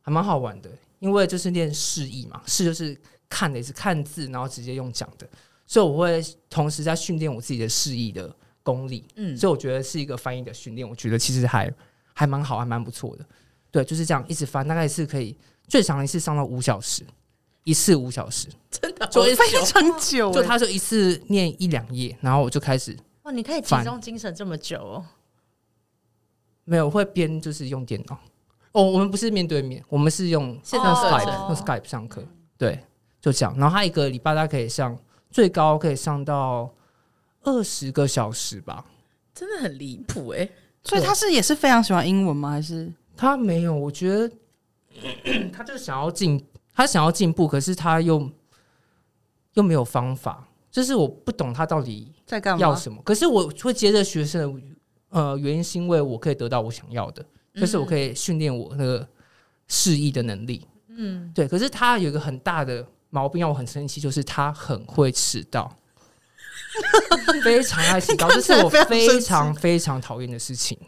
[SPEAKER 4] 还蛮好玩的，因为就是念示意嘛，示就是看的也是看字，然后直接用讲的，所以我会同时在训练我自己的示意的功力。
[SPEAKER 2] 嗯，
[SPEAKER 4] 所以我觉得是一个翻译的训练，我觉得其实还还蛮好，还蛮不错的。对，就是这样一直翻，大概是可以最长一次上到五小时，一次五小时，
[SPEAKER 2] 真的
[SPEAKER 4] 就一
[SPEAKER 1] 非常
[SPEAKER 2] 哦
[SPEAKER 1] 久、
[SPEAKER 4] 就
[SPEAKER 1] 欸，
[SPEAKER 4] 他就一次念一两页，然后我就开始
[SPEAKER 3] 哦，你可以集
[SPEAKER 4] 烦
[SPEAKER 3] 中精神这么久哦。
[SPEAKER 4] 没有会边就是用电脑。哦，我们不是面对面，我们是用
[SPEAKER 2] 线
[SPEAKER 4] 用
[SPEAKER 2] 上课程
[SPEAKER 4] Skype 用 Skype 上课，对，就这样。然后他一个礼拜大概可以上最高可以上到二十个小时吧。
[SPEAKER 2] 真的很离谱哎！
[SPEAKER 1] 所以他是也是非常喜欢英文吗？还是
[SPEAKER 4] 他没有，我觉得 他就是想要进，他想要进步，可是他又又没有方法，就是我不懂他到底
[SPEAKER 1] 在干
[SPEAKER 4] 要
[SPEAKER 1] 嘛？
[SPEAKER 4] 什么。可是我会接着学生的呃原因，是因为我可以得到我想要的，
[SPEAKER 1] 嗯
[SPEAKER 4] 就是我可以训练我那个示意的能力。嗯，对。可是他有一个很大的毛病让我很生气，就是他很会迟到。 非常爱迟到，这是我
[SPEAKER 1] 你看起来非常生
[SPEAKER 4] 非
[SPEAKER 1] 气
[SPEAKER 4] 常非常讨厌的事情。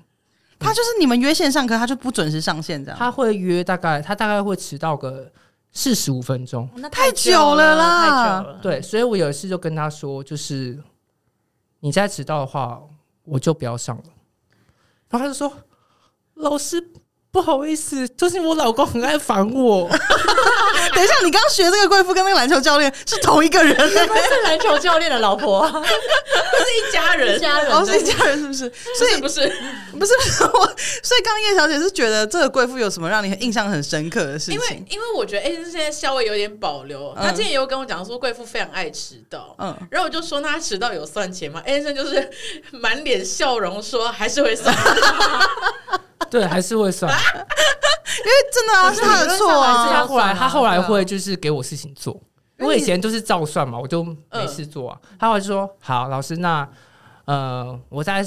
[SPEAKER 1] 他就是你们约线上课，他就不准时上线这样。
[SPEAKER 4] 他会约大概，他大概会迟到个四十五分钟。
[SPEAKER 3] 哦那
[SPEAKER 1] 太久
[SPEAKER 3] 久
[SPEAKER 1] 了啦
[SPEAKER 3] 太久了。
[SPEAKER 4] 对，所以我有一次就跟他说，就是你再迟到的话，我就不要上了。然后他就说：“老师，不好意思，就是我老公很爱烦我。
[SPEAKER 1] 等一下，你刚刚学这个贵妇跟那个篮球教练是同一个人、欸，
[SPEAKER 3] 他是篮球教练的老婆啊，
[SPEAKER 2] 是一家人，
[SPEAKER 3] 一家人
[SPEAKER 1] 然后是一家人是不是？ 所以
[SPEAKER 2] 不是
[SPEAKER 1] 不是不是我，所以刚刚叶小姐是觉得这个贵妇有什么让你印象很深刻的事
[SPEAKER 2] 因为
[SPEAKER 1] 情？
[SPEAKER 2] 因为我觉得 A 先生现在稍微有点保留，
[SPEAKER 1] 嗯
[SPEAKER 2] 他之前有跟我讲说贵妇非常爱迟到，
[SPEAKER 1] 嗯，
[SPEAKER 2] 然后我就说那他迟到有算钱吗？A 先生就是满脸笑容说还是会算，
[SPEAKER 4] 对，还是会算。
[SPEAKER 1] 因为真的啊，是他的错
[SPEAKER 4] 但是
[SPEAKER 1] 啊。
[SPEAKER 4] 他后来，他后来
[SPEAKER 2] 对啊
[SPEAKER 4] 会就是给我事情做，因为以前都是照算嘛，我就没事做啊。
[SPEAKER 2] 嗯
[SPEAKER 4] 他后来就说：“好，老师，那呃，我在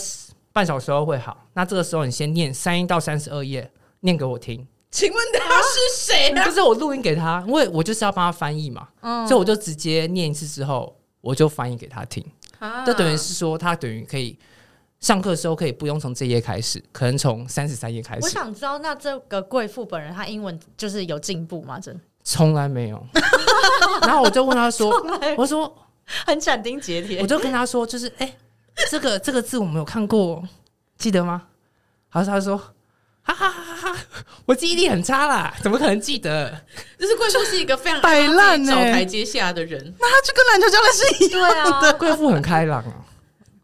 [SPEAKER 4] 半小时后会好。那这个时候你先念三一到三十二页，念给我听。
[SPEAKER 2] 请问他是谁 啊
[SPEAKER 4] 就？是我录音给他，因为我就是要帮他翻译嘛，
[SPEAKER 2] 嗯
[SPEAKER 4] 所以我就直接念一次之后，我就翻译给他听。
[SPEAKER 2] 啊
[SPEAKER 4] 这等于是说，他等于可以上课的时候可以不用从这页开始，可能从三十三页开
[SPEAKER 3] 我
[SPEAKER 4] 始。
[SPEAKER 3] 想知道，那这个贵妇本人她英文就是有进步吗？真的
[SPEAKER 4] 从来 没有。然后我就问他说：“ 我说
[SPEAKER 3] 很斩钉截
[SPEAKER 4] 我
[SPEAKER 3] 铁。
[SPEAKER 4] 就跟他说，就是哎、这个这个字我们有看过，记得吗？然后他说，哈哈哈哈哈，我记忆力很差啦，怎么可能记得？
[SPEAKER 2] 就是贵妇是一个非常
[SPEAKER 1] 摆烂
[SPEAKER 2] 找
[SPEAKER 1] 欸
[SPEAKER 2] 台阶下的人，
[SPEAKER 1] 那他就跟篮球教练是一
[SPEAKER 3] 对啊，
[SPEAKER 4] 贵妇很开朗啊，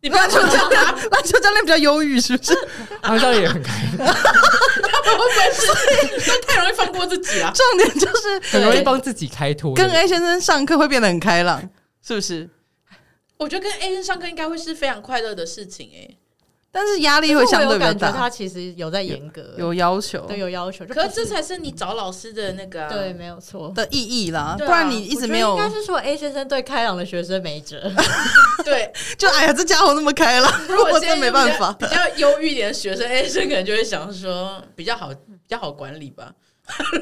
[SPEAKER 2] 你不要
[SPEAKER 1] 篮球
[SPEAKER 2] 说
[SPEAKER 1] 教练，篮球教练比较忧郁，是不是？
[SPEAKER 4] 然后教练也很开朗，
[SPEAKER 2] 他会不会是都太容易放过自己了？啊
[SPEAKER 1] 重点就是
[SPEAKER 4] 很容易帮自己开脱。
[SPEAKER 1] 跟
[SPEAKER 4] 对
[SPEAKER 1] A 先生上课会变得很开朗，是不是？
[SPEAKER 2] 我觉得跟 A 先生上课应该会是非常快乐的事情哎、
[SPEAKER 1] 但是压力会相
[SPEAKER 3] 我
[SPEAKER 1] 对
[SPEAKER 3] 有
[SPEAKER 1] 比较
[SPEAKER 3] 感觉
[SPEAKER 1] 大，
[SPEAKER 3] 她其实有在严格，
[SPEAKER 1] 有要求
[SPEAKER 3] 对有要求，就
[SPEAKER 2] 可
[SPEAKER 3] 不
[SPEAKER 2] 是这才是你找老师的那个、啊、
[SPEAKER 3] 对，没有错。
[SPEAKER 1] 的意义啦，不
[SPEAKER 2] 对啊
[SPEAKER 1] 然你一直没有
[SPEAKER 3] 我觉得应该是说 A 先生对开朗的学生没辙，
[SPEAKER 2] 对，
[SPEAKER 1] 就哎呀，这家伙那么开朗，
[SPEAKER 2] 如果
[SPEAKER 1] 我
[SPEAKER 2] 现在
[SPEAKER 1] 真没办法。
[SPEAKER 2] 比较比较忧郁一点的学生，A 生可能就会想说比较好，比较好管理吧。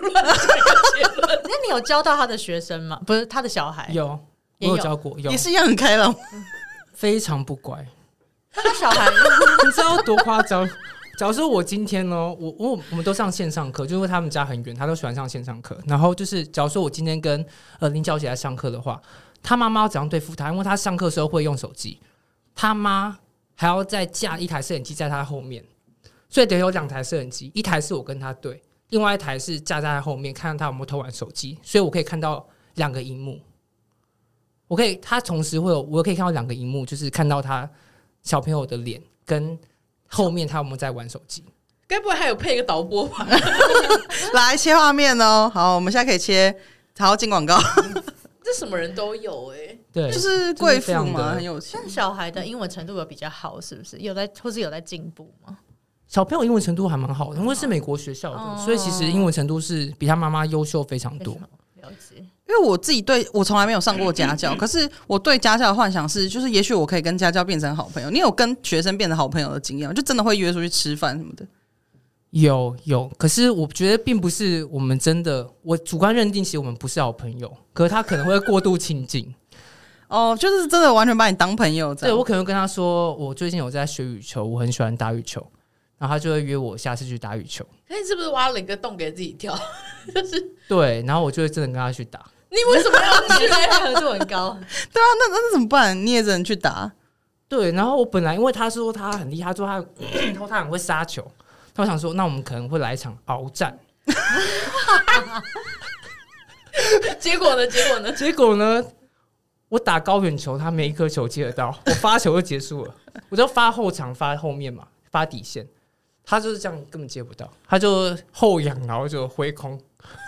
[SPEAKER 2] 乱讲一个结论
[SPEAKER 3] 那你有教到他的学生吗？不是他的小孩，
[SPEAKER 4] 有我
[SPEAKER 3] 也有
[SPEAKER 4] 有教过，有
[SPEAKER 1] 也是一样很开朗，
[SPEAKER 4] 非常不乖，
[SPEAKER 3] 他的小孩
[SPEAKER 4] 你知道多夸张？假如说我今天呢，我我我们都上线上课，就因为他们家很远，他都喜欢上线上课。然后就是，假如说我今天跟呃林小姐来上课的话，她妈妈要怎样对付她？因为她上课的时候会用手机，她妈还要再架一台摄影机在她后面，所以得有两台摄影机，一台是我跟她对，另外一台是架在她后面，看看她有没有偷玩手机，所以我可以看到两个荧幕。我可以，她同时会有，我可以看到两个荧幕，就是看到她小朋友的脸跟后面他有没有在玩手机。
[SPEAKER 2] 该不会还有配一个导播吧？
[SPEAKER 1] 来切画面哦。好，我们现在可以切，好进广告，
[SPEAKER 2] 这什么人都有哎、
[SPEAKER 4] 对，
[SPEAKER 1] 就是贵
[SPEAKER 4] 非
[SPEAKER 1] 妇
[SPEAKER 4] 常
[SPEAKER 1] 嘛，
[SPEAKER 4] 的
[SPEAKER 1] 很有钱
[SPEAKER 3] 但。小孩的英文程度有比较好，是不是？有在或是有在进步吗？
[SPEAKER 4] 小朋友英文哦程度还蛮好的，因为是美国学校的，所以其实英文程度是比他妈妈优秀非常多。
[SPEAKER 3] 了解。
[SPEAKER 1] 因为我自己对我从来没有上过家教，可是我对家教的幻想是，就是也许我可以跟家教变成好朋友。你有跟学生变成好朋友的经验吗？就真的会约出去吃饭什么的？
[SPEAKER 4] 有有，可是我觉得并不是我们真的，我主观认定其实我们不是好朋友，可是他可能会过度亲 近。
[SPEAKER 1] 哦，就是真的完全把你当朋友这
[SPEAKER 4] 对
[SPEAKER 1] 样。
[SPEAKER 4] 我可能会跟他说，我最近有在学羽球，我很喜欢打羽球，然后他就会约我下次去打羽球。
[SPEAKER 2] 可你是不是挖了一个洞给自己跳？
[SPEAKER 4] 对，然后我就会真的跟他去打。
[SPEAKER 2] 你为什么要去？
[SPEAKER 3] 配合度很
[SPEAKER 1] 对
[SPEAKER 3] 高，
[SPEAKER 1] 啊，那那怎么办？你也只能去打。
[SPEAKER 4] 对，然后我本来因为他说他很厉害，他说他他 说他很会杀球，那我想说，那我们可能会来一场鏖战。
[SPEAKER 2] 结果呢？结果呢？
[SPEAKER 4] 结果呢，我打高远球，他每一颗球接得到，我发球就结束了，我就发后场，发后面嘛，发底线，他就是这样根本接不到，他就后仰，然后就挥空，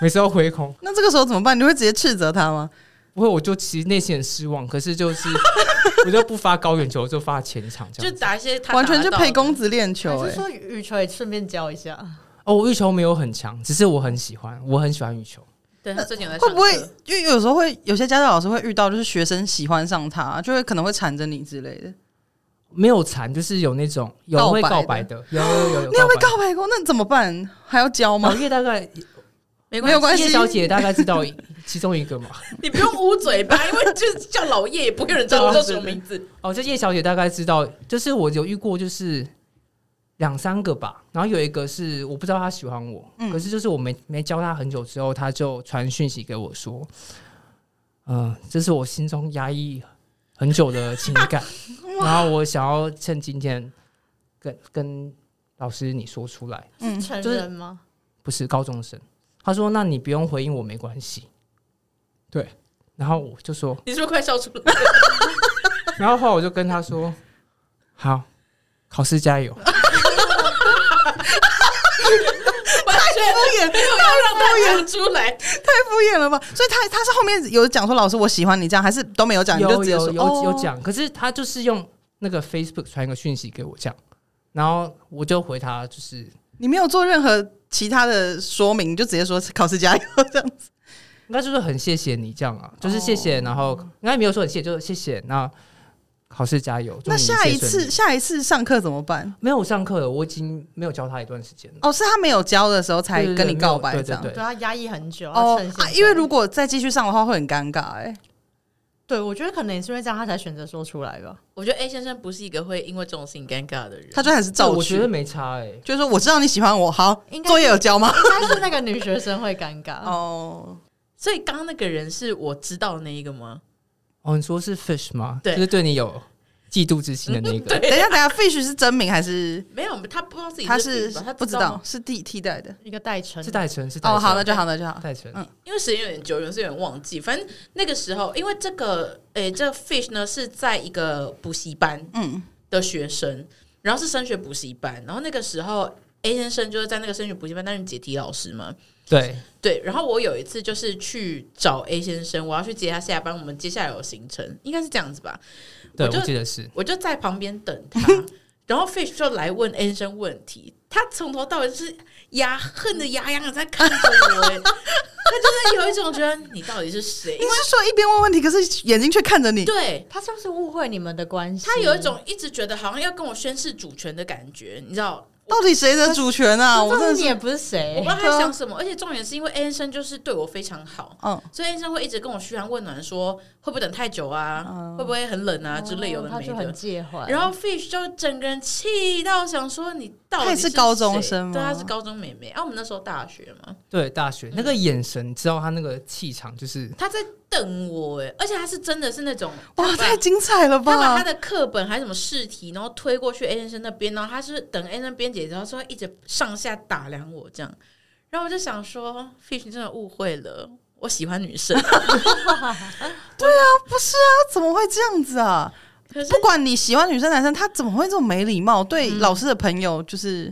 [SPEAKER 4] 每次都挥空。
[SPEAKER 1] 那这个时候怎么办？你会直接斥责他吗？
[SPEAKER 4] 不会，我就其实内心很失望，可是就是 我就不发高远球，我就发前场这
[SPEAKER 2] 就
[SPEAKER 4] 样。
[SPEAKER 2] 打一些他打
[SPEAKER 1] 完
[SPEAKER 2] 得到的
[SPEAKER 1] 全 就陪公子练球、
[SPEAKER 3] 还是
[SPEAKER 1] 欸，
[SPEAKER 3] 说羽球也顺便教一下？
[SPEAKER 4] 哦，我羽球没有很强，只是我很喜欢，我很喜欢羽球。
[SPEAKER 1] 嗯
[SPEAKER 2] 对他最近有在
[SPEAKER 1] 会不会
[SPEAKER 2] 上课？
[SPEAKER 1] 因为有时候会有些家教老师会遇到，就是学生喜欢上他，就会可能会缠着你之类的。
[SPEAKER 4] 没有残，就是有那种有会告白的，有 有有有
[SPEAKER 1] 你有被
[SPEAKER 4] 告
[SPEAKER 1] 告白过？那怎么办？还要教
[SPEAKER 4] 白
[SPEAKER 1] 吗
[SPEAKER 4] 的。？叶大概
[SPEAKER 2] 没
[SPEAKER 1] 没有关系
[SPEAKER 4] 叶小姐大概知道 其中一个嘛？
[SPEAKER 2] 你不用捂嘴巴，因为就是叫老叶，也不会有人知道我叫什么名字。
[SPEAKER 4] 哦，就叶小姐大概知道，就是我有遇过，就是两三个吧。然后有一个是我不知道她喜欢我，
[SPEAKER 1] 嗯
[SPEAKER 4] 可是就是我没没教她很久之后，她就传讯息给我说：“嗯、这是我心中压抑很久的情 感，然后我想要趁今天跟跟老师你说出来。”
[SPEAKER 1] 嗯
[SPEAKER 3] 成
[SPEAKER 4] 就是
[SPEAKER 3] 人吗？
[SPEAKER 4] 不是高中生。他说：“那你不用回应我，没关系。”对，然后我就说，
[SPEAKER 2] 你是不是快笑出 来？
[SPEAKER 4] 然后后来我就跟他说：“好，考试加油。
[SPEAKER 2] 完全没有要让他讲出来。
[SPEAKER 1] 太敷衍了吧？所以他他是后面有讲说老师我喜欢你这样，还是都没有讲？你
[SPEAKER 4] 有
[SPEAKER 1] 就直接
[SPEAKER 4] 有
[SPEAKER 1] 说
[SPEAKER 4] 有有
[SPEAKER 1] 哦
[SPEAKER 4] 讲，可是他就是用那个 Facebook 传一个讯息给我这样，然后我就回他，就是
[SPEAKER 1] 你没有做任何其他的说明，你就直接说考试
[SPEAKER 4] 嗯
[SPEAKER 1] 加油这样子。
[SPEAKER 4] 应该就是很谢谢你这样啊，就是谢
[SPEAKER 1] 哦
[SPEAKER 4] 谢，然后应该没有说很谢谢，就是谢谢。那考试加油。
[SPEAKER 1] 那
[SPEAKER 4] 祝你
[SPEAKER 1] 下
[SPEAKER 4] 切
[SPEAKER 1] 一
[SPEAKER 4] 顺
[SPEAKER 1] 次
[SPEAKER 4] 利
[SPEAKER 1] 下一次上课怎么办？
[SPEAKER 4] 没有上课了，我已经没有教他一段时间了。
[SPEAKER 1] 哦，是他没有教的时候才
[SPEAKER 4] 对对对
[SPEAKER 1] 跟你
[SPEAKER 4] 没有
[SPEAKER 1] 告白
[SPEAKER 4] 对对
[SPEAKER 1] 这样。
[SPEAKER 4] 对
[SPEAKER 3] 对他压抑很久，
[SPEAKER 1] 哦
[SPEAKER 3] 要趁现
[SPEAKER 1] 啊
[SPEAKER 3] 在，
[SPEAKER 1] 因为如果再继续上的话会很尴尬哎、
[SPEAKER 3] 对我觉得可能也是因为这样，他才选择说出来吧。
[SPEAKER 2] 我觉得 A 先生不是一个会因为这种事情尴 尬的人。
[SPEAKER 1] 他就还是
[SPEAKER 4] 这
[SPEAKER 1] 照
[SPEAKER 4] 我觉得
[SPEAKER 1] 去，
[SPEAKER 4] 没差哎、
[SPEAKER 1] 就是说我知道你喜欢我，好
[SPEAKER 3] 应，该
[SPEAKER 1] 作业有交吗？
[SPEAKER 3] 应该是那个女学生会尴尬，
[SPEAKER 1] 哦，
[SPEAKER 2] 所以刚刚那个人是我知道的那一个吗？
[SPEAKER 4] 哦，你说是 fish 吗？
[SPEAKER 2] 对
[SPEAKER 4] 就是对你有嫉妒之心的那
[SPEAKER 1] 等
[SPEAKER 4] 个。
[SPEAKER 1] 一下，等一下，fish 是真名还是
[SPEAKER 2] 没有，他不知道自己
[SPEAKER 1] 他
[SPEAKER 2] 是
[SPEAKER 1] 是
[SPEAKER 2] 吧他
[SPEAKER 1] 不知
[SPEAKER 2] 吗哦
[SPEAKER 1] 道，是替替代的？
[SPEAKER 3] 一个代称
[SPEAKER 4] 是戴晨，是戴
[SPEAKER 1] 哦，
[SPEAKER 4] 晨。
[SPEAKER 1] 好，那就好，那就好。
[SPEAKER 4] 戴晨。
[SPEAKER 1] 嗯
[SPEAKER 2] 因为时间有点久远，所以有点忘记。反正那个时候，因为这个，诶、这个 Fish 呢是在一个补习班
[SPEAKER 1] 嗯，
[SPEAKER 2] 的学生，然后是升学补习班，然后那个时候 A 先生就是在那个升学补习班担任解题老师嘛。
[SPEAKER 4] 对，
[SPEAKER 2] 对，然后我有一次就是去找 A 先生，我要去接他下班，我们接下来有行程，应该是这样子吧。
[SPEAKER 4] 对，
[SPEAKER 2] 我就
[SPEAKER 4] 我记得是。
[SPEAKER 2] 我就在旁边等他，然后 Fish 就来问 A 先生问题，他从头到尾就是牙恨的牙痒的在看着我、欸，他就是有一种觉得你到底是谁
[SPEAKER 1] 你？是说一边问问题，可是眼睛却看着你？
[SPEAKER 2] 对
[SPEAKER 3] 他是不是误会你们的关系？
[SPEAKER 2] 他有一种一直觉得好像要跟我宣誓主权的感觉，你知道？
[SPEAKER 1] 到底谁的主权啊？我
[SPEAKER 3] 我
[SPEAKER 1] 真
[SPEAKER 3] 真
[SPEAKER 1] 的
[SPEAKER 3] 的
[SPEAKER 1] 是，
[SPEAKER 3] 也不是
[SPEAKER 2] 我不知，
[SPEAKER 3] 谁
[SPEAKER 2] 道他在想什么，而且重点是因为 A 先生就是对我非常好，
[SPEAKER 1] 嗯，
[SPEAKER 2] 所以 A 先生会一直跟我嘘寒问暖，说会不会等太久啊，
[SPEAKER 1] 嗯
[SPEAKER 2] 会不会很冷啊之类有的
[SPEAKER 3] 哦他
[SPEAKER 2] 没
[SPEAKER 3] 就很
[SPEAKER 2] 的。
[SPEAKER 3] 介怀。
[SPEAKER 2] 然后 Fish 就整个人气到想说你到底
[SPEAKER 1] 她也是高中
[SPEAKER 2] 谁
[SPEAKER 1] 生吗
[SPEAKER 2] 对，她是高中妹妹。啊，我们那时候大学嘛，
[SPEAKER 4] 对，大
[SPEAKER 1] 嗯
[SPEAKER 4] 学那个眼神，知道他那个气场，就是
[SPEAKER 2] 她在瞪我哎，而且她是真的是那种
[SPEAKER 1] 哇，
[SPEAKER 2] 她把
[SPEAKER 1] 太精彩了
[SPEAKER 2] 他把他
[SPEAKER 1] 吧！
[SPEAKER 2] 的课本还是什么试题，然后推过去 A 先生那边，然后他是等 A 先生编解，然后说一直上下打量我这样，然后我就想说，Fish 你真的误会了，我喜欢女 生，
[SPEAKER 1] 不是啊，怎么会这样子啊？
[SPEAKER 2] 可是嗯
[SPEAKER 1] 不管你喜欢女生男生，他怎么会这么没礼貌？对老师的朋友就是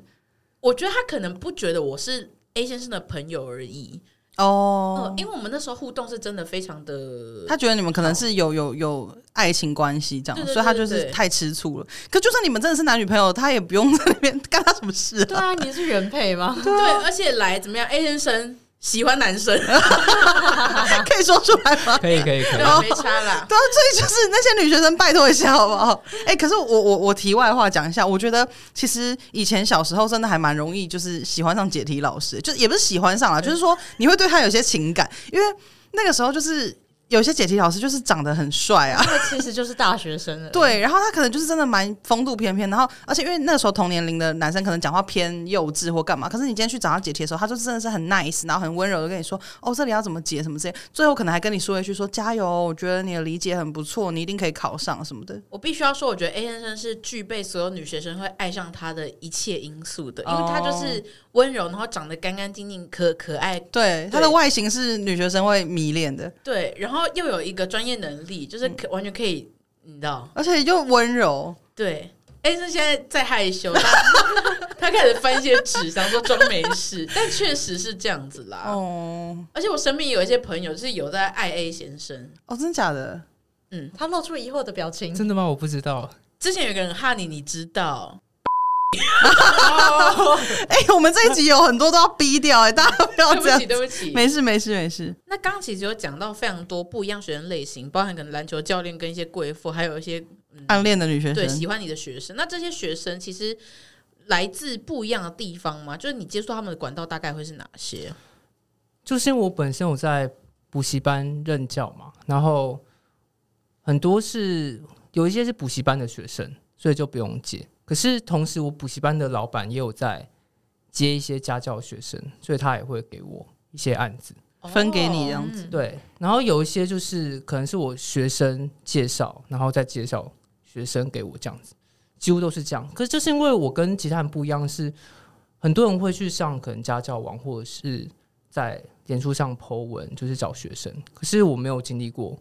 [SPEAKER 2] 我觉得他可能不觉得我是 A 先生的朋友而已，
[SPEAKER 1] 哦
[SPEAKER 2] 哦，，因为我们那时候互动是真的非常的，
[SPEAKER 1] 他觉得你们可能是有有有爱情关系这
[SPEAKER 2] 对
[SPEAKER 1] 样，
[SPEAKER 2] 对
[SPEAKER 1] 所以他
[SPEAKER 2] 对
[SPEAKER 1] 就
[SPEAKER 2] 对
[SPEAKER 1] 是
[SPEAKER 2] 对
[SPEAKER 1] 太吃醋了。可就算你们真的是男女朋友，他也不用在那边干他什么事
[SPEAKER 3] 对
[SPEAKER 1] 啊。
[SPEAKER 3] 啊，你是原配吗？
[SPEAKER 2] 对，而且来怎么样，A 先生喜欢男生，
[SPEAKER 1] 啊 可以说出来吗？
[SPEAKER 4] 可以可以可以
[SPEAKER 2] 对，，没差啦。
[SPEAKER 1] 对啊，所以就是那些女学生，拜托一下好不好？哎、可是我我我题外话讲一下，我觉得其实以前小时候真的还蛮容易，就是喜欢上解题老师，就是也不是喜欢上啦，就是说你会对他有些情感，因为那个时候就是有些解题老师就是长得很帅啊，
[SPEAKER 3] 那个其实就是大学生了。
[SPEAKER 1] 对，然后他可能就是真的蛮风度翩翩，然后而且因为那时候同年龄的男生可能讲话偏幼稚或干嘛，可是你今天去找他解题的时候，他就真的是很 nice，然后很温柔的跟你说，哦，这里要怎么解什么之类，最后可能还跟你说一句说加油，我觉得你的理解很不错，你一定可以考上什么的。
[SPEAKER 2] 我必须要说，我觉得 A 先生是具备所有女学生会爱上他的一切因素的，因为他就是温柔，然后长得干干净净、可可爱，
[SPEAKER 1] 对，他的外形是女学生会迷恋的，
[SPEAKER 2] 对，然后又有一个专业能力，就是可完全可以，你知道，
[SPEAKER 1] 而且又温柔。
[SPEAKER 2] 对。A 生现在在害羞，他 他开始翻一些纸，想说装没事，但确实是这样子啦。
[SPEAKER 1] 哦
[SPEAKER 2] 而且我身边有一些朋友就是有在爱 A 先生，
[SPEAKER 1] 哦，真的假的？
[SPEAKER 2] 嗯，
[SPEAKER 3] 他露出疑惑的表情。
[SPEAKER 4] 真的吗？我不知道，
[SPEAKER 2] 之前有一个人哈你，你知道，
[SPEAKER 1] 哎、我们这一集有很多都要逼掉哎、大家不要这
[SPEAKER 2] 对不
[SPEAKER 1] 样
[SPEAKER 2] 起，。对不起，
[SPEAKER 1] 没事没事没事，
[SPEAKER 2] 那刚刚其实有讲到非常多不一样学生类型，包含可能篮球教练跟一些贵妇，还有一些
[SPEAKER 1] 暗恋的女学
[SPEAKER 2] 对
[SPEAKER 1] 生
[SPEAKER 2] 喜欢你的学生。那这些学生其实来自不一样的地方吗？就是你接触他们的管道大概会是哪些？
[SPEAKER 4] 就是因为我本身我在补习班任教嘛，然后很多是有一些是补习班的学生，所以就不用接。可是同时，我补习班的老板也有在接一些家教学生，所以他也会给我一些案子。
[SPEAKER 1] 分给你这样
[SPEAKER 2] 子，
[SPEAKER 4] 对，然后有一些就是可能是我学生介绍，然后再介绍学生给我这样子，几乎都是这样。可是就是因为我跟其他人不一样是，很多人会去上可能家教网或者是在脸书上 Po 文，就是找学生。可是我没有经历过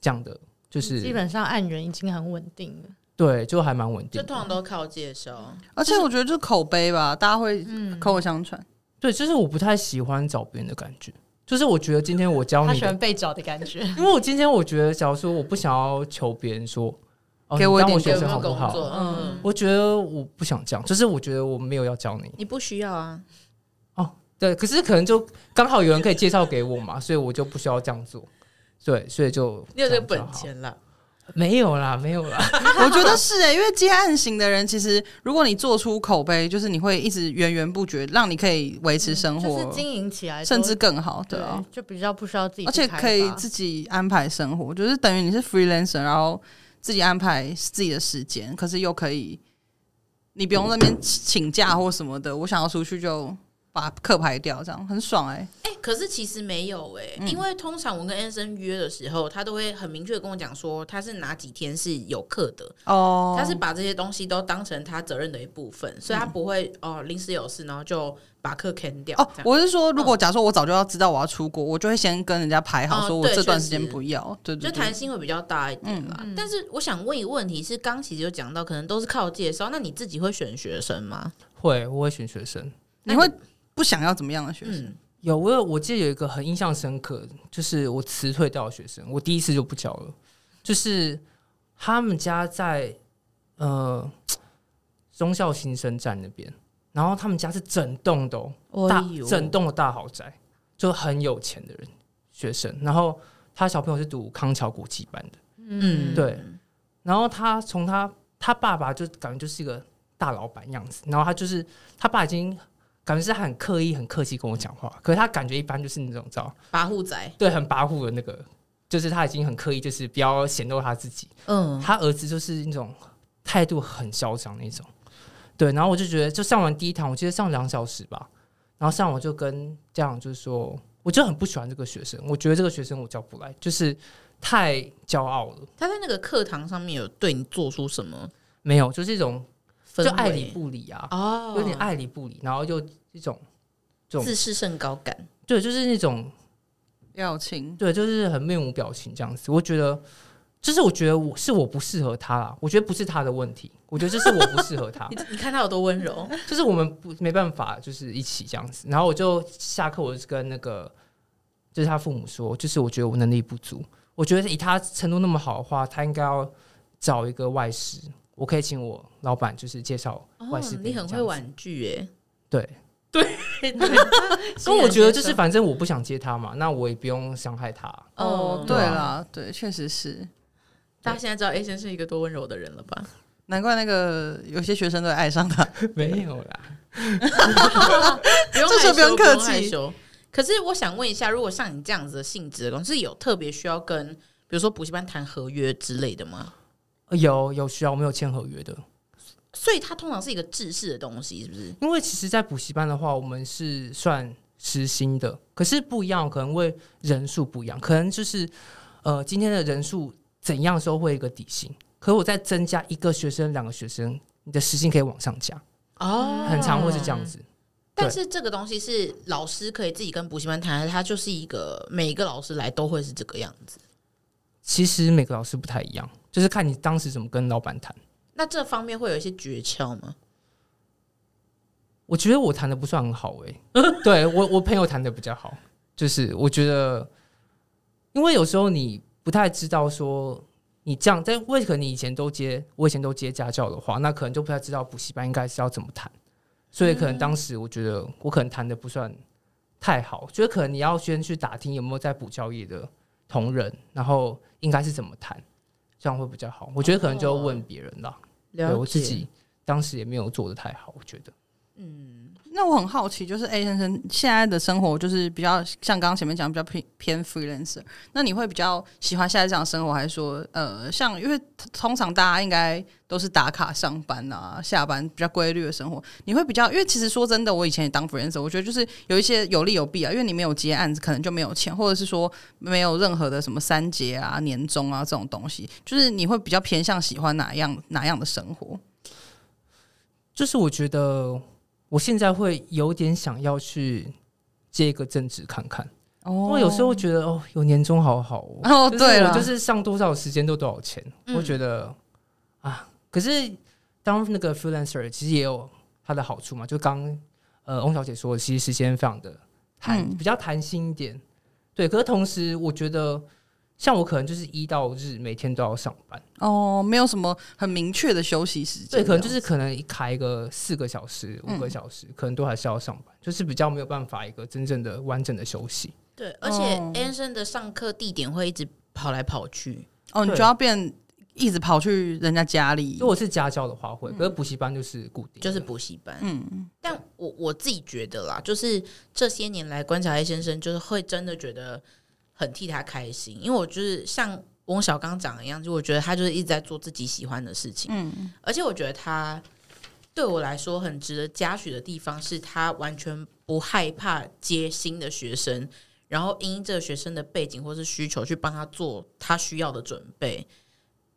[SPEAKER 4] 这样的，就是
[SPEAKER 3] 嗯基本上案源已经很稳定了。
[SPEAKER 4] 对，就还蛮稳
[SPEAKER 2] 就
[SPEAKER 4] 定
[SPEAKER 2] 通
[SPEAKER 4] 的。
[SPEAKER 2] 常都靠介绍。
[SPEAKER 1] 而且我觉得就是口碑吧，大家会
[SPEAKER 3] 嗯
[SPEAKER 1] 口口相传。
[SPEAKER 4] 对，就是我不太喜欢找别人的感觉，就是我觉得今天我教
[SPEAKER 3] 他
[SPEAKER 4] 你
[SPEAKER 3] 喜
[SPEAKER 4] 的
[SPEAKER 3] 欢被找的感觉。
[SPEAKER 4] 因为我今天我觉得，假如说我不想要求别人说，哦、
[SPEAKER 1] 给我一
[SPEAKER 4] 你当
[SPEAKER 1] 点
[SPEAKER 4] 我
[SPEAKER 1] 觉
[SPEAKER 4] 学
[SPEAKER 1] 得
[SPEAKER 4] 生好
[SPEAKER 2] 有没有
[SPEAKER 4] 不
[SPEAKER 2] 工
[SPEAKER 4] 好？
[SPEAKER 2] 作？嗯，
[SPEAKER 4] 我觉得我不想这样，就是我觉得我没有要教你。
[SPEAKER 2] 你不需要啊。
[SPEAKER 4] 对，可是可能就刚好有人可以介绍给我嘛，所以我就不需要这样做。对，所以就
[SPEAKER 2] 你有这个
[SPEAKER 4] 这样
[SPEAKER 2] 本
[SPEAKER 4] 就好？
[SPEAKER 2] 钱了，
[SPEAKER 4] 没有啦，没有啦。
[SPEAKER 1] 我觉得是哎、因为接案型的人，其实如果你做出口碑，就是你会一直源源不绝，让你可以维持生活，
[SPEAKER 3] 嗯就是经营起来都，
[SPEAKER 1] 甚至更好，对
[SPEAKER 3] 对
[SPEAKER 1] 啊。，
[SPEAKER 3] 就比较不需要自己去
[SPEAKER 1] 而且
[SPEAKER 3] 开
[SPEAKER 1] 可以
[SPEAKER 3] 发
[SPEAKER 1] 自己安排生活，就是等于你是 freelancer，然后自己安排自己的时间，可是又可以，你不用那边请假或什么的，我想要出去就把课排掉，这样很爽哎、
[SPEAKER 2] 哎、可是其实没有哎、
[SPEAKER 4] 嗯
[SPEAKER 2] 因为通常我跟安生约的时候，他都会很明确地跟我讲说他是哪几天是有课的，
[SPEAKER 1] 哦
[SPEAKER 2] 他是把这些东西都当成他责任的一部
[SPEAKER 4] 嗯
[SPEAKER 2] 分，所以他不会、哦临时有事，然后就把课 can 掉。
[SPEAKER 1] 哦
[SPEAKER 2] 这，样嗯
[SPEAKER 1] 我是说，如果假如说我早就要知道我要出国，我就会先跟人家排好，
[SPEAKER 2] 哦
[SPEAKER 1] 说我
[SPEAKER 2] 对
[SPEAKER 1] 这段
[SPEAKER 2] 确
[SPEAKER 1] 时间
[SPEAKER 2] 实
[SPEAKER 1] 不要，对对
[SPEAKER 2] 就
[SPEAKER 1] 对
[SPEAKER 2] 弹。性会比较大一点
[SPEAKER 4] 嗯
[SPEAKER 2] 啦。但是我想问一个问题是，刚其实有讲到，可能都是靠介绍，那你自己会选学生吗？
[SPEAKER 4] 会，我会选学生。
[SPEAKER 1] 你会不想要怎么样的学生？
[SPEAKER 2] 嗯，
[SPEAKER 4] 有，我有，我记得有一个很印象深刻，就是我辞退掉的学生，我第一次就不教了，就是他们家在呃忠孝新生站那边，然后他们家是整栋的、哦，大
[SPEAKER 2] 哎呦
[SPEAKER 4] 整栋的大豪宅，就很有钱的人学生。然后他小朋友是读康桥国际班的，
[SPEAKER 2] 嗯
[SPEAKER 4] 对然后他从他他爸爸就感觉就是一个大老板样子，然后他就是他爸已经感觉是很刻意、很客气跟我讲话，可是他感觉一般就是那种你知道
[SPEAKER 2] 跋扈仔，
[SPEAKER 4] 对很跋扈的那个，就是他已经很刻意，就是不要显露他自己。
[SPEAKER 2] 嗯，
[SPEAKER 4] 他儿子就是那种态度很嚣张那种。对，然后我就觉得，就上完第一堂，我记得上两小时吧，然后上完就跟家长就是说，我就很不喜欢这个学生，我觉得这个学生我教不来，就是太骄傲了，
[SPEAKER 2] 他在那个课堂上面有对你做出什么
[SPEAKER 4] 没有，就是一种
[SPEAKER 2] 氛围？
[SPEAKER 4] 就爱理不理啊，
[SPEAKER 2] 哦，
[SPEAKER 4] 有点爱理不理，然后又一种这种
[SPEAKER 2] 自视甚高感，
[SPEAKER 4] 对，就是那种
[SPEAKER 1] 要亲，
[SPEAKER 4] 对，就是很面无表情这样子。我觉得，就是我觉得我是我不适合他啦，我觉得不是他的问题，我觉得这是我不适合 他。
[SPEAKER 2] 你你看他有多温柔，
[SPEAKER 4] 就是我们不没办法，就是一起这样子。然后我就下课，我就跟那个就是他父母说，就是我觉得我能力不足，我觉得以他程度那么好的话，他应该要找一个外师，我可以请我老板就是介绍
[SPEAKER 2] 哦
[SPEAKER 4] 外师、，
[SPEAKER 2] 你很会，婉拒哎，
[SPEAKER 4] 对。所以我觉得就是反正我不想接他嘛，那我也不用伤害 他。
[SPEAKER 1] 哦，
[SPEAKER 2] 嗯
[SPEAKER 1] 对
[SPEAKER 4] 对啊
[SPEAKER 1] 啦，对，确实是，
[SPEAKER 2] 大家现在知道 A 先生是一个多温柔的人了吧？
[SPEAKER 1] 难怪那个有些学生都会爱上他。
[SPEAKER 4] 没有啦，
[SPEAKER 2] 不用
[SPEAKER 1] 这时候
[SPEAKER 2] 害
[SPEAKER 1] 不用
[SPEAKER 2] 羞
[SPEAKER 1] 客
[SPEAKER 2] 害
[SPEAKER 1] 气
[SPEAKER 2] 羞。可是我想问一下，如果像你这样子的性质的工作，是有特别需要跟比如说补习班谈合约之类的吗？
[SPEAKER 4] 呃有有需要，我们有签合约的。
[SPEAKER 2] 所以它通常是一个制式的东西，是不是？
[SPEAKER 4] 因为其实，在补习班的话，我们是算时薪的，可是不一样，可能呃会人数不一样，可能就是呃，今天的人数怎样收会一个底薪，可我再增加一个学生、两个学生，你的时薪可以往上加，
[SPEAKER 2] 哦
[SPEAKER 4] 很常会是这样。子。
[SPEAKER 2] 但是这个东西是老师可以自己跟补习班谈，还是它就是一个每一个老师来都会是这个样子？
[SPEAKER 4] 其实每个老师不太一样，就是看你当时怎么跟老板谈。
[SPEAKER 2] 那这方面会有一些诀窍吗？
[SPEAKER 4] 我觉得我谈的不算很好诶、 对我我朋友谈的比较好，就是我觉得，因为有时候你不太知道说你这样，但为可能你以前都接，我以前都接家教的话，那可能就不太知道补习班应该是要怎么谈，所以可能当时我觉得我可能谈的不算太好，觉得可能你要先去打听有没有在补教业的同仁，然后应该是怎么谈，这样会比较好。我觉得可能就要问别人啦，对我自己当时也没有做的太好，我觉得。
[SPEAKER 1] 那我很好奇，就是 A 先生现在的生活就是比较像刚刚前面讲比较偏偏 freelancer，那你会比较喜欢现在这样的生活，还是说呃，像因为通常大家应该都是打卡上班啊，下班比较规律的生活，你会比较因为其实说真的，我以前也当 freelancer，我觉得就是有一些有利有弊啊，因为你没有接案子，可能就没有钱，或者是说没有任何的什么三节啊、年终啊这种东西，就是你会比较偏向喜欢哪样哪样的生活？
[SPEAKER 4] 就是我觉得我现在会有点想要去接一个正职看看，因
[SPEAKER 1] 哦
[SPEAKER 4] 为有时候觉得哦，有年终好好哦，
[SPEAKER 1] 哦
[SPEAKER 4] 就是
[SPEAKER 1] 对
[SPEAKER 4] 我
[SPEAKER 1] 了，
[SPEAKER 4] 就是上多少时间都多少钱，
[SPEAKER 2] 嗯
[SPEAKER 4] 我觉得啊，可是当那个 freelancer 其实也有它的好处嘛，就刚呃翁小姐说的，其实时间非常的弹，
[SPEAKER 1] 嗯
[SPEAKER 4] 比较弹性一点，对。可是同时，我觉得像我可能就是一到日每天都要上班，
[SPEAKER 1] 哦，没有什么很明确的休息时间，
[SPEAKER 4] 对，可能就是可能一开个四个小时、五
[SPEAKER 2] 嗯
[SPEAKER 4] 个小时，可能都还是要上班，就是比较没有办法一个真正的完整的休息。
[SPEAKER 2] 对，而且
[SPEAKER 1] 哦
[SPEAKER 2] a n s o n 的上课地点会一直跑来跑去，
[SPEAKER 1] 哦，你
[SPEAKER 4] 对
[SPEAKER 1] 就要变一直跑去人家家里
[SPEAKER 4] 如，果是家教的话会，可是补习班就是固定的，
[SPEAKER 2] 嗯就是补习班。嗯，但我我自己觉得啦，就是这些年来观察 A 先生，就是会真的觉得很替他开心，因为我就是像翁小刚讲的一样，就我觉得他就是一直在做自己喜欢的事情。嗯，而且我觉得他对我来说很值得嘉许的地方是他完全不害怕接新的学生。然后因这个学生的背景或是需求去帮他做他需要的准备，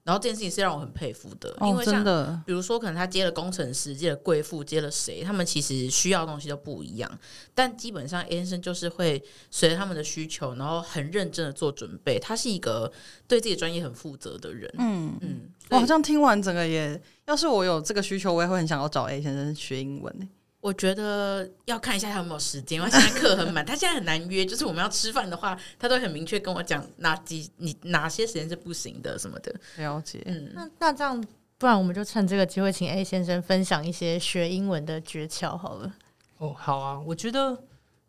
[SPEAKER 2] 然后这件事情是让我很佩服的，因
[SPEAKER 1] 哦，
[SPEAKER 2] 为像
[SPEAKER 1] 真的，
[SPEAKER 2] 比如说，可能他接了工程师，接了贵妇，接了谁，他们其实需要的东西都不一样。但基本上，A 先生就是会随着他们的需求，然后很认真的做准备。他是一个对自己的专业很负责的人。
[SPEAKER 1] 嗯。
[SPEAKER 2] 嗯，
[SPEAKER 1] 我
[SPEAKER 2] 所
[SPEAKER 1] 好
[SPEAKER 2] 以
[SPEAKER 1] 像听完整个也，要是我有这个需求，我也会很想要找 A 先生学英文、欸。
[SPEAKER 2] 我觉得要看一下他有没有时间。因为他现在课很满，他现在很难约。就是我们要吃饭的话，他都会很明确跟我讲哪几你哪些时间是不行的什么的。
[SPEAKER 1] 了解，
[SPEAKER 2] 嗯，
[SPEAKER 3] 那那这样，不然我们就趁这个机会，请 A 先生分享一些学英文的诀窍好了。
[SPEAKER 4] 哦，好啊，我觉得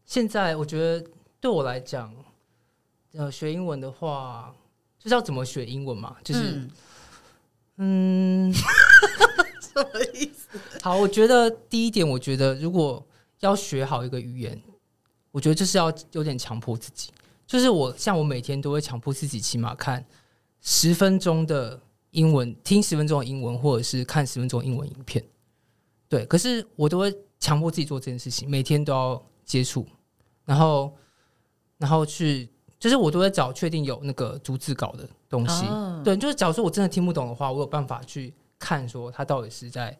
[SPEAKER 4] 现在我觉得对我来讲，呃，学英文的话，就是要怎么学英文嘛，就是
[SPEAKER 2] 嗯
[SPEAKER 4] 嗯，什么意思？好，我觉得第一点，我觉得如果要学好一个语言，我觉得就是要有点强迫自己。就是我像我每天都会强迫自己，起码看十分钟的英文，听十分钟的英文，或者是看十分钟的英文影片。对，可是我都会强迫自己做这件事情，每天都要接触，然后，然后去，就是我都会找确定有那个逐字稿的东西。
[SPEAKER 2] 哦
[SPEAKER 4] 对，嗯就是假如说我真的听不懂的话，我有办法去看说他到底是在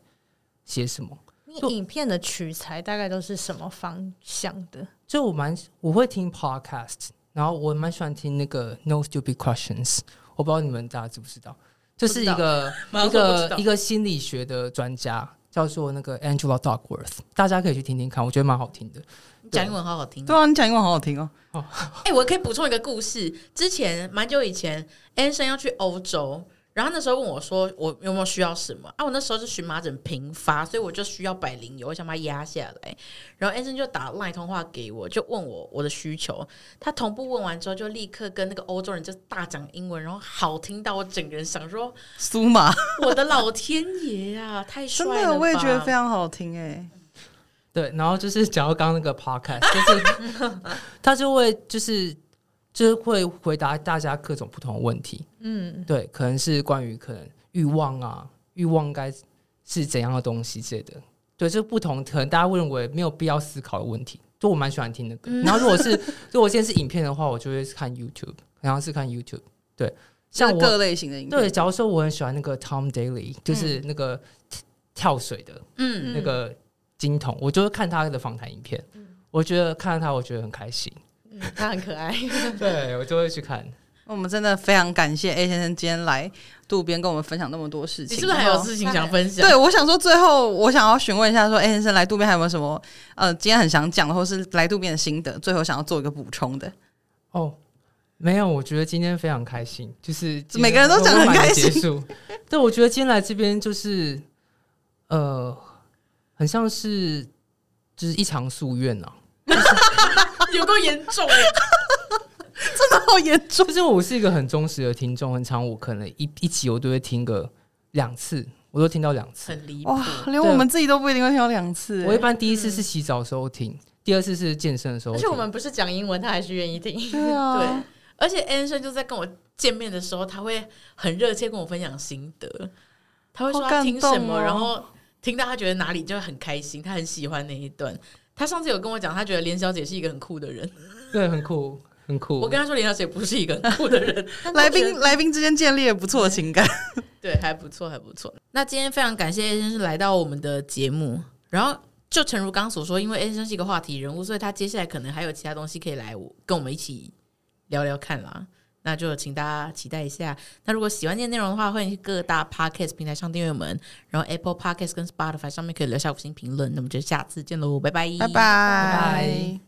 [SPEAKER 4] 写什么。
[SPEAKER 3] 你影片的取材大概都是什么方向的？
[SPEAKER 4] 就我蛮我会听 podcast，然后我蛮喜欢听那个 No Stupid Questions，我不知道你们大家知不知道，这是一个
[SPEAKER 2] 马
[SPEAKER 4] 一
[SPEAKER 2] 上说不知
[SPEAKER 4] 个
[SPEAKER 2] 道
[SPEAKER 4] 一个心理学的专家叫做那个 Angela Duckworth，大家可以去听听看，我觉得蛮好听的。
[SPEAKER 2] 你讲英文好好听哦。
[SPEAKER 1] 对啊，你讲英文好好听哦、
[SPEAKER 2] 哎、我可以补充一个故事。之前蛮久以前，安生要去欧洲，然后那时候问我说我有没有需要什么啊？我那时候是荨麻疹频发，所以我就需要百灵油，我想把它压下来。然后 Anson 就打 line 通话给我，就问我我的需求。他同步问完之后，就立刻跟那个欧洲人就大讲英文，然后好听到我整个人想说，
[SPEAKER 1] 苏玛，
[SPEAKER 2] 我的老天爷啊，太 帅
[SPEAKER 1] 真
[SPEAKER 2] 了！
[SPEAKER 1] 的我也觉得非。常好听哎、
[SPEAKER 4] 对，然后就是讲到刚刚那个 podcast，就是他就会就是就是会回答大家各种不同的问题。
[SPEAKER 3] 嗯，
[SPEAKER 4] 对，可能是关于可能欲望啊，欲望该是怎样的东西之类的。对，这不同，可能大家会认为没有必要思考的问题，就我蛮喜欢听那个。然后如果是如果现在是影片的话，我就会看 YouTube，然后是看 YouTube。对，像
[SPEAKER 1] 就是
[SPEAKER 4] 我
[SPEAKER 1] 各类型的影片，
[SPEAKER 4] 对，假如说我很喜欢那个 Tom Daly，就是那个跳跳水的
[SPEAKER 2] 嗯，
[SPEAKER 4] 那个金童，我就会看他的访谈影片。
[SPEAKER 1] 嗯
[SPEAKER 4] 我觉得看到他，我觉得很开心。
[SPEAKER 3] 嗯他很可爱。
[SPEAKER 4] 对我就会去看。
[SPEAKER 1] 我们真的非常感谢 A 先生今天来渡边跟我们分享那么多事
[SPEAKER 2] 你
[SPEAKER 1] 情。
[SPEAKER 2] 是不是还
[SPEAKER 1] 然
[SPEAKER 3] 哦
[SPEAKER 2] 有
[SPEAKER 1] 后
[SPEAKER 2] 事情想分享？
[SPEAKER 1] 对，我想说，最后我想要询问一下说，哎，先生来渡边还有没有什么呃，今天很想讲的，或是来渡边的心得，最后想要做一个补充的。
[SPEAKER 4] 哦，没有，我觉得今天非常开心，就是今天
[SPEAKER 1] 每个人都讲得很
[SPEAKER 4] 温婉地
[SPEAKER 1] 开心
[SPEAKER 4] 结束。 对，我觉得今天来这边就是，呃，很像是就是一场夙愿啊。
[SPEAKER 2] 有够严重耶！
[SPEAKER 1] 真的好严重，
[SPEAKER 4] 就是我是一个很忠实的听众，很长，我可能一一集我都会听个两次，我都听到两次。
[SPEAKER 2] 很离谱
[SPEAKER 1] 哇，连我们自己都不一定会听到两次、
[SPEAKER 4] 我一
[SPEAKER 1] 哎
[SPEAKER 4] 般第一次是洗澡的时候听，第二次是健身的时候
[SPEAKER 3] 而
[SPEAKER 4] 听。
[SPEAKER 3] 且我们不是讲英文，他还是愿意听。
[SPEAKER 1] 对啊，
[SPEAKER 2] 对，而且 Anson 就在跟我见面的时候，他会很热切跟我分享心得，他会说
[SPEAKER 1] 好
[SPEAKER 2] 他
[SPEAKER 1] 感
[SPEAKER 2] 听什么，
[SPEAKER 1] 动哦
[SPEAKER 2] 然后听到他觉得哪里就很开心，他很喜欢那一段。他上次有跟我讲，他觉得连小姐是一个很酷的人。
[SPEAKER 4] 对很酷，很酷。
[SPEAKER 2] 我跟他说，连小姐不是一个很酷的人，
[SPEAKER 1] 来宾来宾之间建立了不错的情感。
[SPEAKER 2] 对，还不错，还不错。那今天非常感谢 A 先生来到我们的节目，然后就诚如刚所说，因为 A 先生是一个话题人物，所以他接下来可能还有其他东西可以来我跟我们一起聊聊看啦。那就请大家期待一下。那如果喜欢今天内容的话，欢迎去各大 podcast 平台上订阅我们，然后 Apple Podcast 跟 Spotify 上面可以留下五星评论。那么就下次见喽，拜拜，
[SPEAKER 1] 拜
[SPEAKER 4] 拜
[SPEAKER 1] 拜